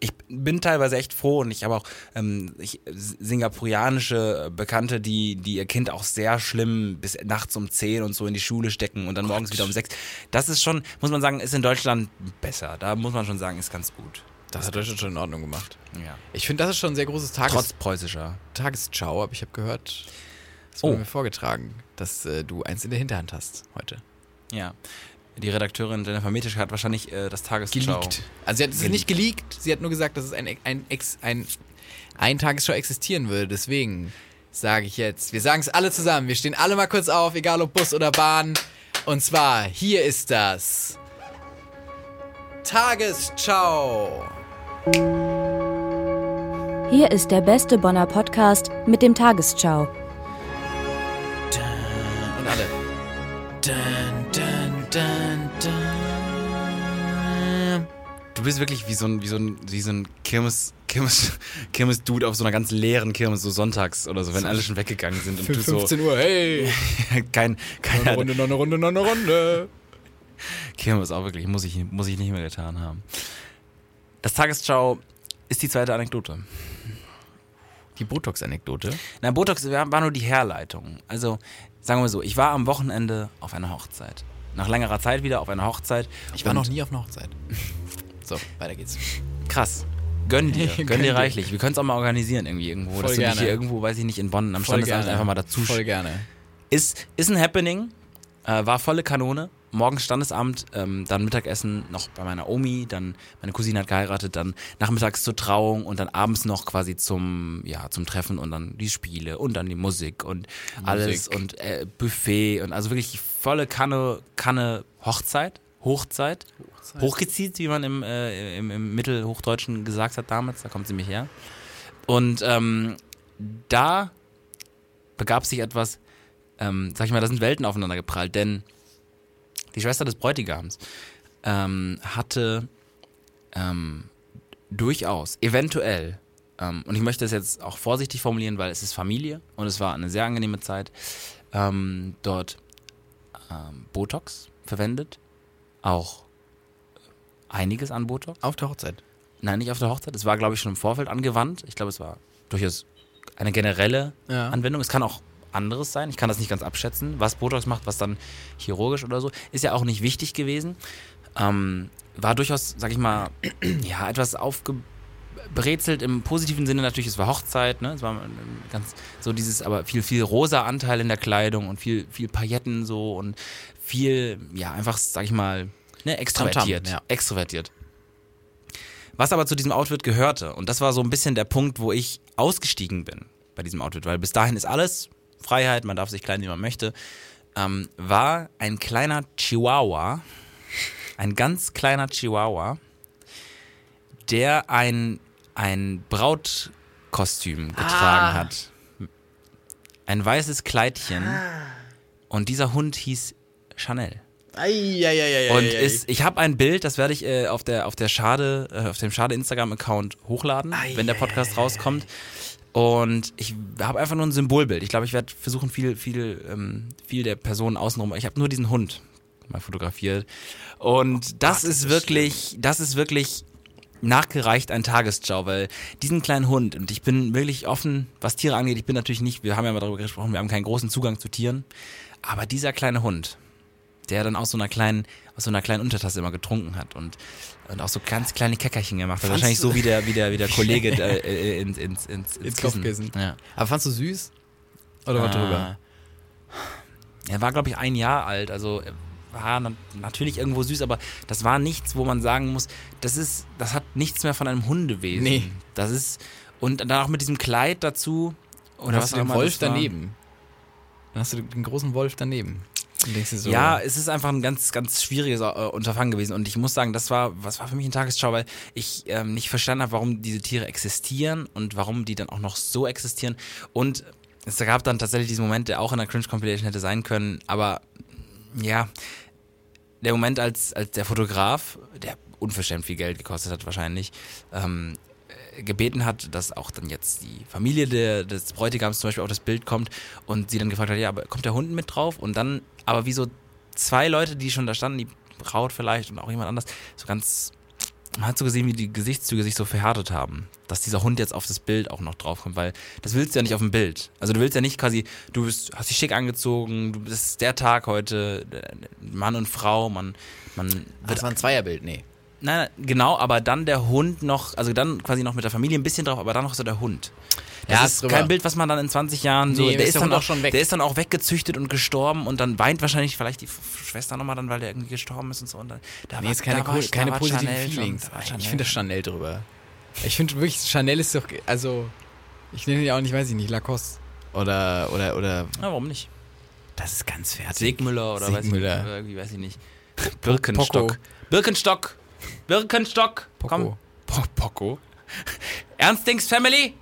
[SPEAKER 3] ich bin teilweise echt froh und ich habe auch ähm, ich, singapurianische Bekannte, die, die ihr Kind auch sehr schlimm bis nachts um 10 und so in die Schule stecken und dann morgens wieder um 6. Das ist schon, muss man sagen, ist in Deutschland besser. Da muss man schon sagen, ist ganz gut.
[SPEAKER 2] [laughs] Das hat Deutschland schon in Ordnung gemacht.
[SPEAKER 3] Ja.
[SPEAKER 2] Ich finde, das ist schon ein sehr großes Tages
[SPEAKER 3] Trotz preußischer.
[SPEAKER 2] Tagesschau, aber ich habe gehört, das wurde
[SPEAKER 3] Oh.
[SPEAKER 2] mir vorgetragen, dass äh, du eins in der Hinterhand hast heute.
[SPEAKER 3] Ja. Die Redakteurin Jennifer Metisch hat wahrscheinlich äh, das Tagesschau.
[SPEAKER 2] geleakt. Also sie hat es ist nicht geleakt, sie hat nur gesagt, dass es ein, ein, Ex, ein, ein Tagesschau existieren würde. Deswegen sage ich jetzt, wir sagen es alle zusammen, wir stehen alle mal kurz auf, egal ob Bus oder Bahn. Und zwar, hier ist das Tagesschau.
[SPEAKER 1] Hier ist der beste Bonner Podcast mit dem Tagesschau.
[SPEAKER 2] Und alle. Dun, dun, dun, dun.
[SPEAKER 3] Du bist wirklich wie so ein, wie so ein, wie so ein Kirmes, Kirmes, [laughs] Kirmes-Dude auf so einer ganz leeren Kirmes, so sonntags oder so, wenn alle schon weggegangen sind und du
[SPEAKER 2] Für
[SPEAKER 3] so
[SPEAKER 2] 15 Uhr, hey.
[SPEAKER 3] [laughs] kein,
[SPEAKER 2] Noch eine
[SPEAKER 3] kein
[SPEAKER 2] Runde, noch eine Runde, noch eine Runde.
[SPEAKER 3] Kirmes auch wirklich, muss ich, muss ich nicht mehr getan haben. Das Tagesschau ist die zweite Anekdote.
[SPEAKER 2] Die Botox-Anekdote.
[SPEAKER 3] Na, Botox war war nur die Herleitung. Also, sagen wir so, ich war am Wochenende auf einer Hochzeit. Nach längerer Zeit wieder auf einer Hochzeit.
[SPEAKER 2] Ich war
[SPEAKER 3] Und-
[SPEAKER 2] noch nie auf einer Hochzeit. So, weiter geht's.
[SPEAKER 3] Krass.
[SPEAKER 2] [laughs]
[SPEAKER 3] Gönn dir, gönn,
[SPEAKER 2] Gönn
[SPEAKER 3] dir
[SPEAKER 2] dir.
[SPEAKER 3] reichlich. Wir können es auch mal organisieren irgendwie irgendwo. dass du dich
[SPEAKER 2] gerne.
[SPEAKER 3] hier irgendwo, weiß ich nicht, in Bonn am Standesamt einfach mal dazu
[SPEAKER 2] Voll gerne.
[SPEAKER 3] ist, ist ein Happening, äh, war volle Kanone. Morgen Standesamt, ähm, dann Mittagessen noch bei meiner Omi, dann meine Cousine hat geheiratet, dann nachmittags zur Trauung und dann abends noch quasi zum, ja, zum Treffen und dann die Spiele und dann die Musik und alles und äh, Buffet und also wirklich volle Kanne, Kanne Hochzeit, Hochzeit, hochgezieht, wie man im, äh, im, im Mittelhochdeutschen gesagt hat damals, da kommt sie mich her. Und ähm, da begab sich etwas, ähm, sag ich mal, da sind Welten aufeinander geprallt, denn die Schwester des Bräutigams ähm, hatte ähm, durchaus, eventuell, ähm, und ich möchte das jetzt auch vorsichtig formulieren, weil es ist Familie und es war eine sehr angenehme Zeit, ähm, dort ähm, Botox verwendet, auch einiges an Botox.
[SPEAKER 2] Auf der Hochzeit.
[SPEAKER 3] Nein, nicht auf der Hochzeit. Es war, glaube ich, schon im Vorfeld angewandt. Ich glaube, es war durchaus eine generelle
[SPEAKER 2] Ja.
[SPEAKER 3] Anwendung. Es kann auch anderes sein. Ich kann das nicht ganz abschätzen, was Botox macht, was dann chirurgisch oder so. Ist ja auch nicht wichtig gewesen. Ähm, war durchaus, sag ich mal, [clears throat] ja, etwas aufgebrezelt im positiven Sinne natürlich. Es war Hochzeit, ne? Es war ähm, ganz so dieses, aber viel, viel rosa Anteil in der Kleidung und viel, viel Pailletten so und viel, ja, einfach, sag ich mal, ne, extrovertiert.
[SPEAKER 2] ja.
[SPEAKER 3] Extrovertiert. Was aber zu diesem Outfit gehörte, und das war so ein bisschen der Punkt, wo ich ausgestiegen bin bei diesem Outfit, weil bis dahin ist alles Freiheit, man darf sich kleiden, wie man möchte, ähm, war ein kleiner Chihuahua, ein ganz kleiner Chihuahua, der ein, ein Brautkostüm getragen hat. Ein weißes Kleidchen. Und dieser Hund hieß Chanel.
[SPEAKER 2] Eieieiei.
[SPEAKER 3] Und ist, ich habe ein Bild, das werde ich äh, auf der auf der Schade, äh, auf dem Schade Instagram-Account hochladen, wenn der Podcast rauskommt. Und ich habe einfach nur ein Symbolbild. Ich glaube, ich werde versuchen, viel, viel, ähm, viel der Personen außenrum. Ich habe nur diesen Hund mal fotografiert. Und Oh das ist wirklich, das ist wirklich nachgereicht ein Tagesschau, weil diesen kleinen Hund, und ich bin wirklich offen, was Tiere angeht, ich bin natürlich nicht, wir haben ja mal darüber gesprochen, wir haben keinen großen Zugang zu Tieren, aber dieser kleine Hund, der dann aus so einer kleinen, aus so einer kleinen Untertasse immer getrunken hat und, und auch so ganz kleine Käckerchen gemacht hat.
[SPEAKER 2] Fandst
[SPEAKER 3] Wahrscheinlich
[SPEAKER 2] du-
[SPEAKER 3] so wie der, wie
[SPEAKER 2] [laughs]
[SPEAKER 3] der, wie der Kollege äh, äh, ins, ins, ins, ins,
[SPEAKER 2] Ins
[SPEAKER 3] Kissen.
[SPEAKER 2] Kopfkissen.
[SPEAKER 3] Ja.
[SPEAKER 2] Aber fandst du süß? Oder war
[SPEAKER 3] Ah.
[SPEAKER 2] drüber?
[SPEAKER 3] Er war, glaube ich, ein Jahr alt, also er war na natürlich irgendwo süß, aber das war nichts, wo man sagen muss, das ist, das hat nichts mehr von einem Hundewesen.
[SPEAKER 2] Nee.
[SPEAKER 3] Das ist, und dann auch mit diesem Kleid dazu. Oder
[SPEAKER 2] Dann
[SPEAKER 3] was
[SPEAKER 2] hast du
[SPEAKER 3] auch
[SPEAKER 2] den
[SPEAKER 3] immer
[SPEAKER 2] Wolf
[SPEAKER 3] das war.
[SPEAKER 2] daneben? Dann hast du den großen Wolf daneben. Und denkst dir so, ah,
[SPEAKER 3] Ja, es ist einfach ein ganz, ganz schwieriges äh, Unterfangen gewesen. Und ich muss sagen, das war, was war für mich ein Tagesschau, weil ich ähm, nicht verstanden habe, warum diese Tiere existieren und warum die dann auch noch so existieren. Und es gab dann tatsächlich diesen Moment, der auch in der Cringe Compilation hätte sein können, aber ja, der Moment, als, als der Fotograf, der unverschämt viel Geld gekostet hat wahrscheinlich, ähm, gebeten hat, dass auch dann jetzt die Familie der, des Bräutigams zum Beispiel auf das Bild kommt und sie dann gefragt hat, ja, aber kommt der Hund mit drauf? Und dann, aber wie so zwei Leute, die schon da standen, die Braut vielleicht und auch jemand anders, so ganz, man hat so gesehen, wie die Gesichtszüge sich so verhärtet haben, dass dieser Hund jetzt auf das Bild auch noch draufkommt, weil das willst du ja nicht auf dem Bild. Also du willst ja nicht quasi, du bist, hast dich schick angezogen, du das ist der Tag heute, Mann und Frau, man, man
[SPEAKER 2] Das war ein Zweierbild, nee.
[SPEAKER 3] Nein, nein, genau, aber dann der Hund noch, also dann quasi noch mit der Familie ein bisschen drauf, aber dann noch so der Hund. Das
[SPEAKER 2] Ja,
[SPEAKER 3] ist
[SPEAKER 2] ist drüber.
[SPEAKER 3] kein Bild, was man dann in 20 Jahren so,
[SPEAKER 2] Nee,
[SPEAKER 3] der ist, dann
[SPEAKER 2] Hund
[SPEAKER 3] auch
[SPEAKER 2] auch schon weg.
[SPEAKER 3] Der ist dann auch weggezüchtet und gestorben und dann weint wahrscheinlich vielleicht die F- F- Schwester nochmal dann, weil der irgendwie gestorben ist und so. Und dann, da
[SPEAKER 2] Nee, jetzt keine,
[SPEAKER 3] da war-
[SPEAKER 2] cool- keine
[SPEAKER 3] da war
[SPEAKER 2] positiven
[SPEAKER 3] Chanel schon,
[SPEAKER 2] Feelings.
[SPEAKER 3] da war
[SPEAKER 2] ich
[SPEAKER 3] Chanel
[SPEAKER 2] finde das Chanel drüber. Ich finde wirklich, Chanel ist doch, also, ich nenne ja auch nicht, weiß ich nicht, Lacoste. Oder, oder, oder,
[SPEAKER 3] schon. Ja, warum nicht?
[SPEAKER 2] das ist ganz fertig.
[SPEAKER 3] Segmüller oder
[SPEAKER 2] Siegmüller.
[SPEAKER 3] weiß ich nicht. Irgendwie, weiß ich nicht. [laughs] Birkenstock.
[SPEAKER 2] Poco.
[SPEAKER 3] Birkenstock. Birkenstock. äh, Komm.
[SPEAKER 2] Poco.
[SPEAKER 3] Po Poco. Ernstings Family.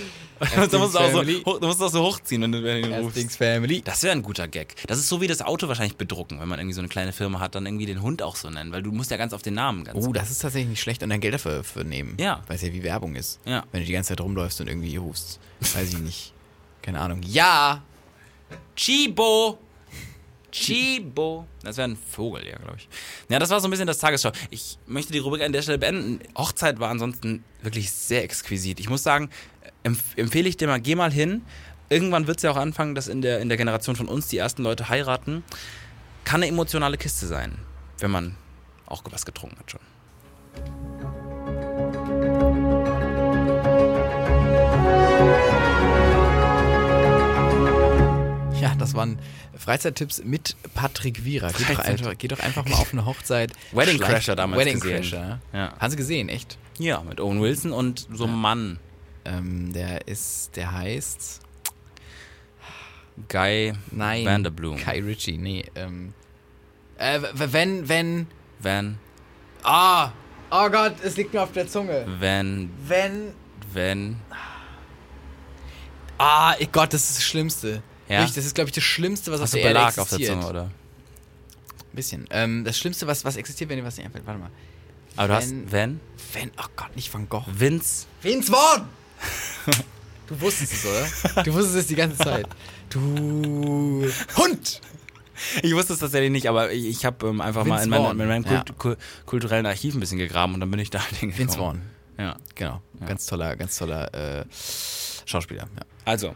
[SPEAKER 3] [laughs] da musst du auch so,
[SPEAKER 2] Family.
[SPEAKER 3] hoch- da musst du auch so hochziehen, wenn du wenn du ihn rufst.
[SPEAKER 2] Erstings Family.
[SPEAKER 3] Das wäre ein guter Gag. Das ist so wie das Auto wahrscheinlich bedrucken, wenn man irgendwie so eine kleine Firma hat, dann irgendwie den Hund auch so nennen, weil du musst ja ganz auf den Namen ganz.
[SPEAKER 2] Oh, das ist tatsächlich nicht schlecht und dann Geld dafür für nehmen.
[SPEAKER 3] Ja.
[SPEAKER 2] Weiß ja, wie Werbung ist.
[SPEAKER 3] Ja.
[SPEAKER 2] Wenn du die ganze Zeit rumläufst und irgendwie rufst. Weiß ich nicht. Keine Ahnung. Ja!
[SPEAKER 3] Chibo! Chibo! Das wäre ein Vogel, ja, glaube ich. Ja, das war so ein bisschen das Tagesschau. Ich möchte die Rubrik an der Stelle beenden. Hochzeit war ansonsten wirklich sehr exquisit. Ich muss sagen, empf empfehle ich dir mal, geh mal hin. Irgendwann wird es ja auch anfangen, dass in der, in der Generation von uns die ersten Leute heiraten. Kann eine emotionale Kiste sein, wenn man auch was getrunken hat schon.
[SPEAKER 2] Das waren Freizeittipps mit Patrick Wierer. Geht doch,
[SPEAKER 3] Freizeit-
[SPEAKER 2] einfach, geht doch einfach mal auf eine Hochzeit.
[SPEAKER 3] Wedding
[SPEAKER 2] Schleicht-
[SPEAKER 3] Crasher damals
[SPEAKER 2] Wedding
[SPEAKER 3] gesehen.
[SPEAKER 2] Crasher.
[SPEAKER 3] Ja.
[SPEAKER 2] Haben Sie gesehen, echt?
[SPEAKER 3] Ja, mit Owen Wilson und so einem Mann.
[SPEAKER 2] Ähm, der ist, der heißt.
[SPEAKER 3] Guy
[SPEAKER 2] Nein.
[SPEAKER 3] Vanderbloom.
[SPEAKER 2] Kai Ritchie, nee. Ähm, äh, w- w- wenn, wenn.
[SPEAKER 3] Van,
[SPEAKER 2] Ah! Oh Gott, es liegt mir auf der Zunge.
[SPEAKER 3] Van,
[SPEAKER 2] Wenn.
[SPEAKER 3] Van.
[SPEAKER 2] Ah, ich- Gott, das ist das Schlimmste.
[SPEAKER 3] Ja?
[SPEAKER 2] Wirklich, Das ist, glaube ich, das Schlimmste, was auf
[SPEAKER 3] Hast du
[SPEAKER 2] der Erde
[SPEAKER 3] Belag
[SPEAKER 2] existiert.
[SPEAKER 3] auf der Zunge, oder?
[SPEAKER 2] Ein bisschen. Ähm, das Schlimmste, was, was existiert, wenn dir was nicht einfällt. Warte mal.
[SPEAKER 3] Aber du
[SPEAKER 2] Van-
[SPEAKER 3] hast Van,
[SPEAKER 2] Wenn. Oh Gott, nicht Van Gogh.
[SPEAKER 3] Vince,
[SPEAKER 2] Vince Vaughn! Du wusstest es, oder? Du wusstest es die ganze Zeit. Du Hund!
[SPEAKER 3] Ich wusste es tatsächlich nicht, aber ich, ich habe ähm, einfach mal
[SPEAKER 2] Vince
[SPEAKER 3] in, mein,
[SPEAKER 2] Vaughn.
[SPEAKER 3] in meinem
[SPEAKER 2] Ja.
[SPEAKER 3] Kult, Kul- kulturellen Archiv ein bisschen gegraben und dann bin ich da [laughs] hingekommen.
[SPEAKER 2] Vince Vaughn.
[SPEAKER 3] Ja.
[SPEAKER 2] Genau. Ganz toller, ganz toller äh, Schauspieler. Ja.
[SPEAKER 3] Also,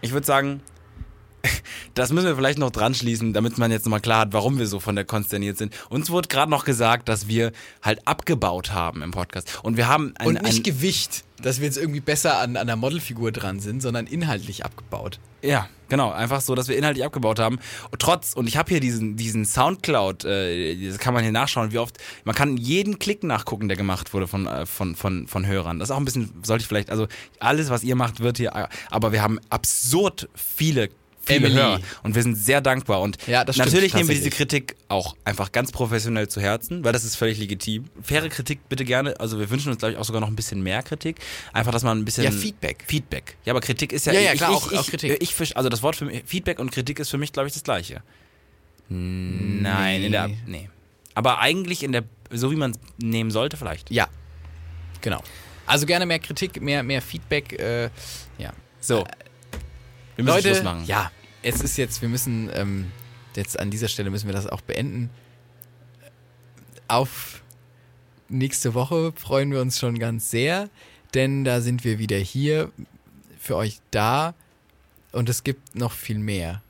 [SPEAKER 3] ich würde sagen, [laughs] das müssen wir vielleicht noch dran schließen, damit man jetzt nochmal klar hat, warum wir so von der konsterniert sind. Uns wurde gerade noch gesagt, dass wir halt abgebaut haben im Podcast. Und wir haben ein,
[SPEAKER 2] Und nicht
[SPEAKER 3] ein,
[SPEAKER 2] Gewicht, dass wir jetzt irgendwie besser an, an der Modelfigur dran sind, sondern inhaltlich abgebaut.
[SPEAKER 3] Ja, genau. Einfach so, dass wir inhaltlich abgebaut haben. Und trotz, und ich habe hier diesen, diesen Soundcloud, äh, das kann man hier nachschauen, wie oft, man kann jeden Klick nachgucken, der gemacht wurde von, äh, von, von, von Hörern. Das ist auch ein bisschen, sollte ich vielleicht, also alles, was ihr macht, wird hier, äh, aber wir haben absurd viele, viele
[SPEAKER 2] Emily.
[SPEAKER 3] Hörer. Und wir sind sehr dankbar. Und
[SPEAKER 2] Ja, das stimmt,
[SPEAKER 3] natürlich nehmen wir diese
[SPEAKER 2] tatsächlich.
[SPEAKER 3] Kritik auch einfach ganz professionell zu Herzen, weil das ist völlig legitim. Faire Kritik bitte gerne. Also wir wünschen uns, glaube ich, auch sogar noch ein bisschen mehr Kritik. Einfach, dass man ein bisschen...
[SPEAKER 2] Ja, Feedback.
[SPEAKER 3] Feedback. Ja, aber Kritik ist ja...
[SPEAKER 2] Ja, ja,
[SPEAKER 3] ich,
[SPEAKER 2] klar,
[SPEAKER 3] ich,
[SPEAKER 2] auch-
[SPEAKER 3] ich,
[SPEAKER 2] auch Kritik.
[SPEAKER 3] Ich, versch- also das Wort für mich, Feedback und Kritik ist für mich, glaube ich, das gleiche. Nein, in der... Hm, Nee. Aber eigentlich in der... So wie man es nehmen sollte, vielleicht.
[SPEAKER 2] Ja. Genau. Also gerne mehr Kritik, mehr, mehr Feedback. Äh, ja.
[SPEAKER 3] So. Wir müssen
[SPEAKER 2] Leute,
[SPEAKER 3] Schluss machen.
[SPEAKER 2] ja, es ist jetzt, wir müssen ähm, jetzt an dieser Stelle müssen wir das auch beenden. Auf nächste Woche freuen wir uns schon ganz sehr, denn da sind wir wieder hier für euch da und es gibt noch viel mehr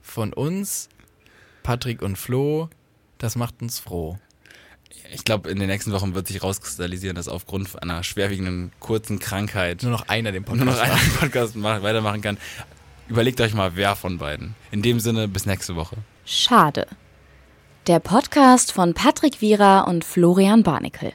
[SPEAKER 2] von uns, Patrick und Flo. Das macht uns froh.
[SPEAKER 3] Ich glaube, in den nächsten Wochen wird sich rauskristallisieren, dass aufgrund einer schwerwiegenden kurzen Krankheit [laughs]
[SPEAKER 2] Nur noch einer den
[SPEAKER 3] nur
[SPEAKER 2] Podcast.
[SPEAKER 3] noch
[SPEAKER 2] macht.
[SPEAKER 3] einen Podcast machen, weitermachen kann. Überlegt euch mal, wer von beiden. In dem Sinne, bis nächste Woche.
[SPEAKER 1] Schade. Der Podcast von Patrick Wierer und Florian Barnikel.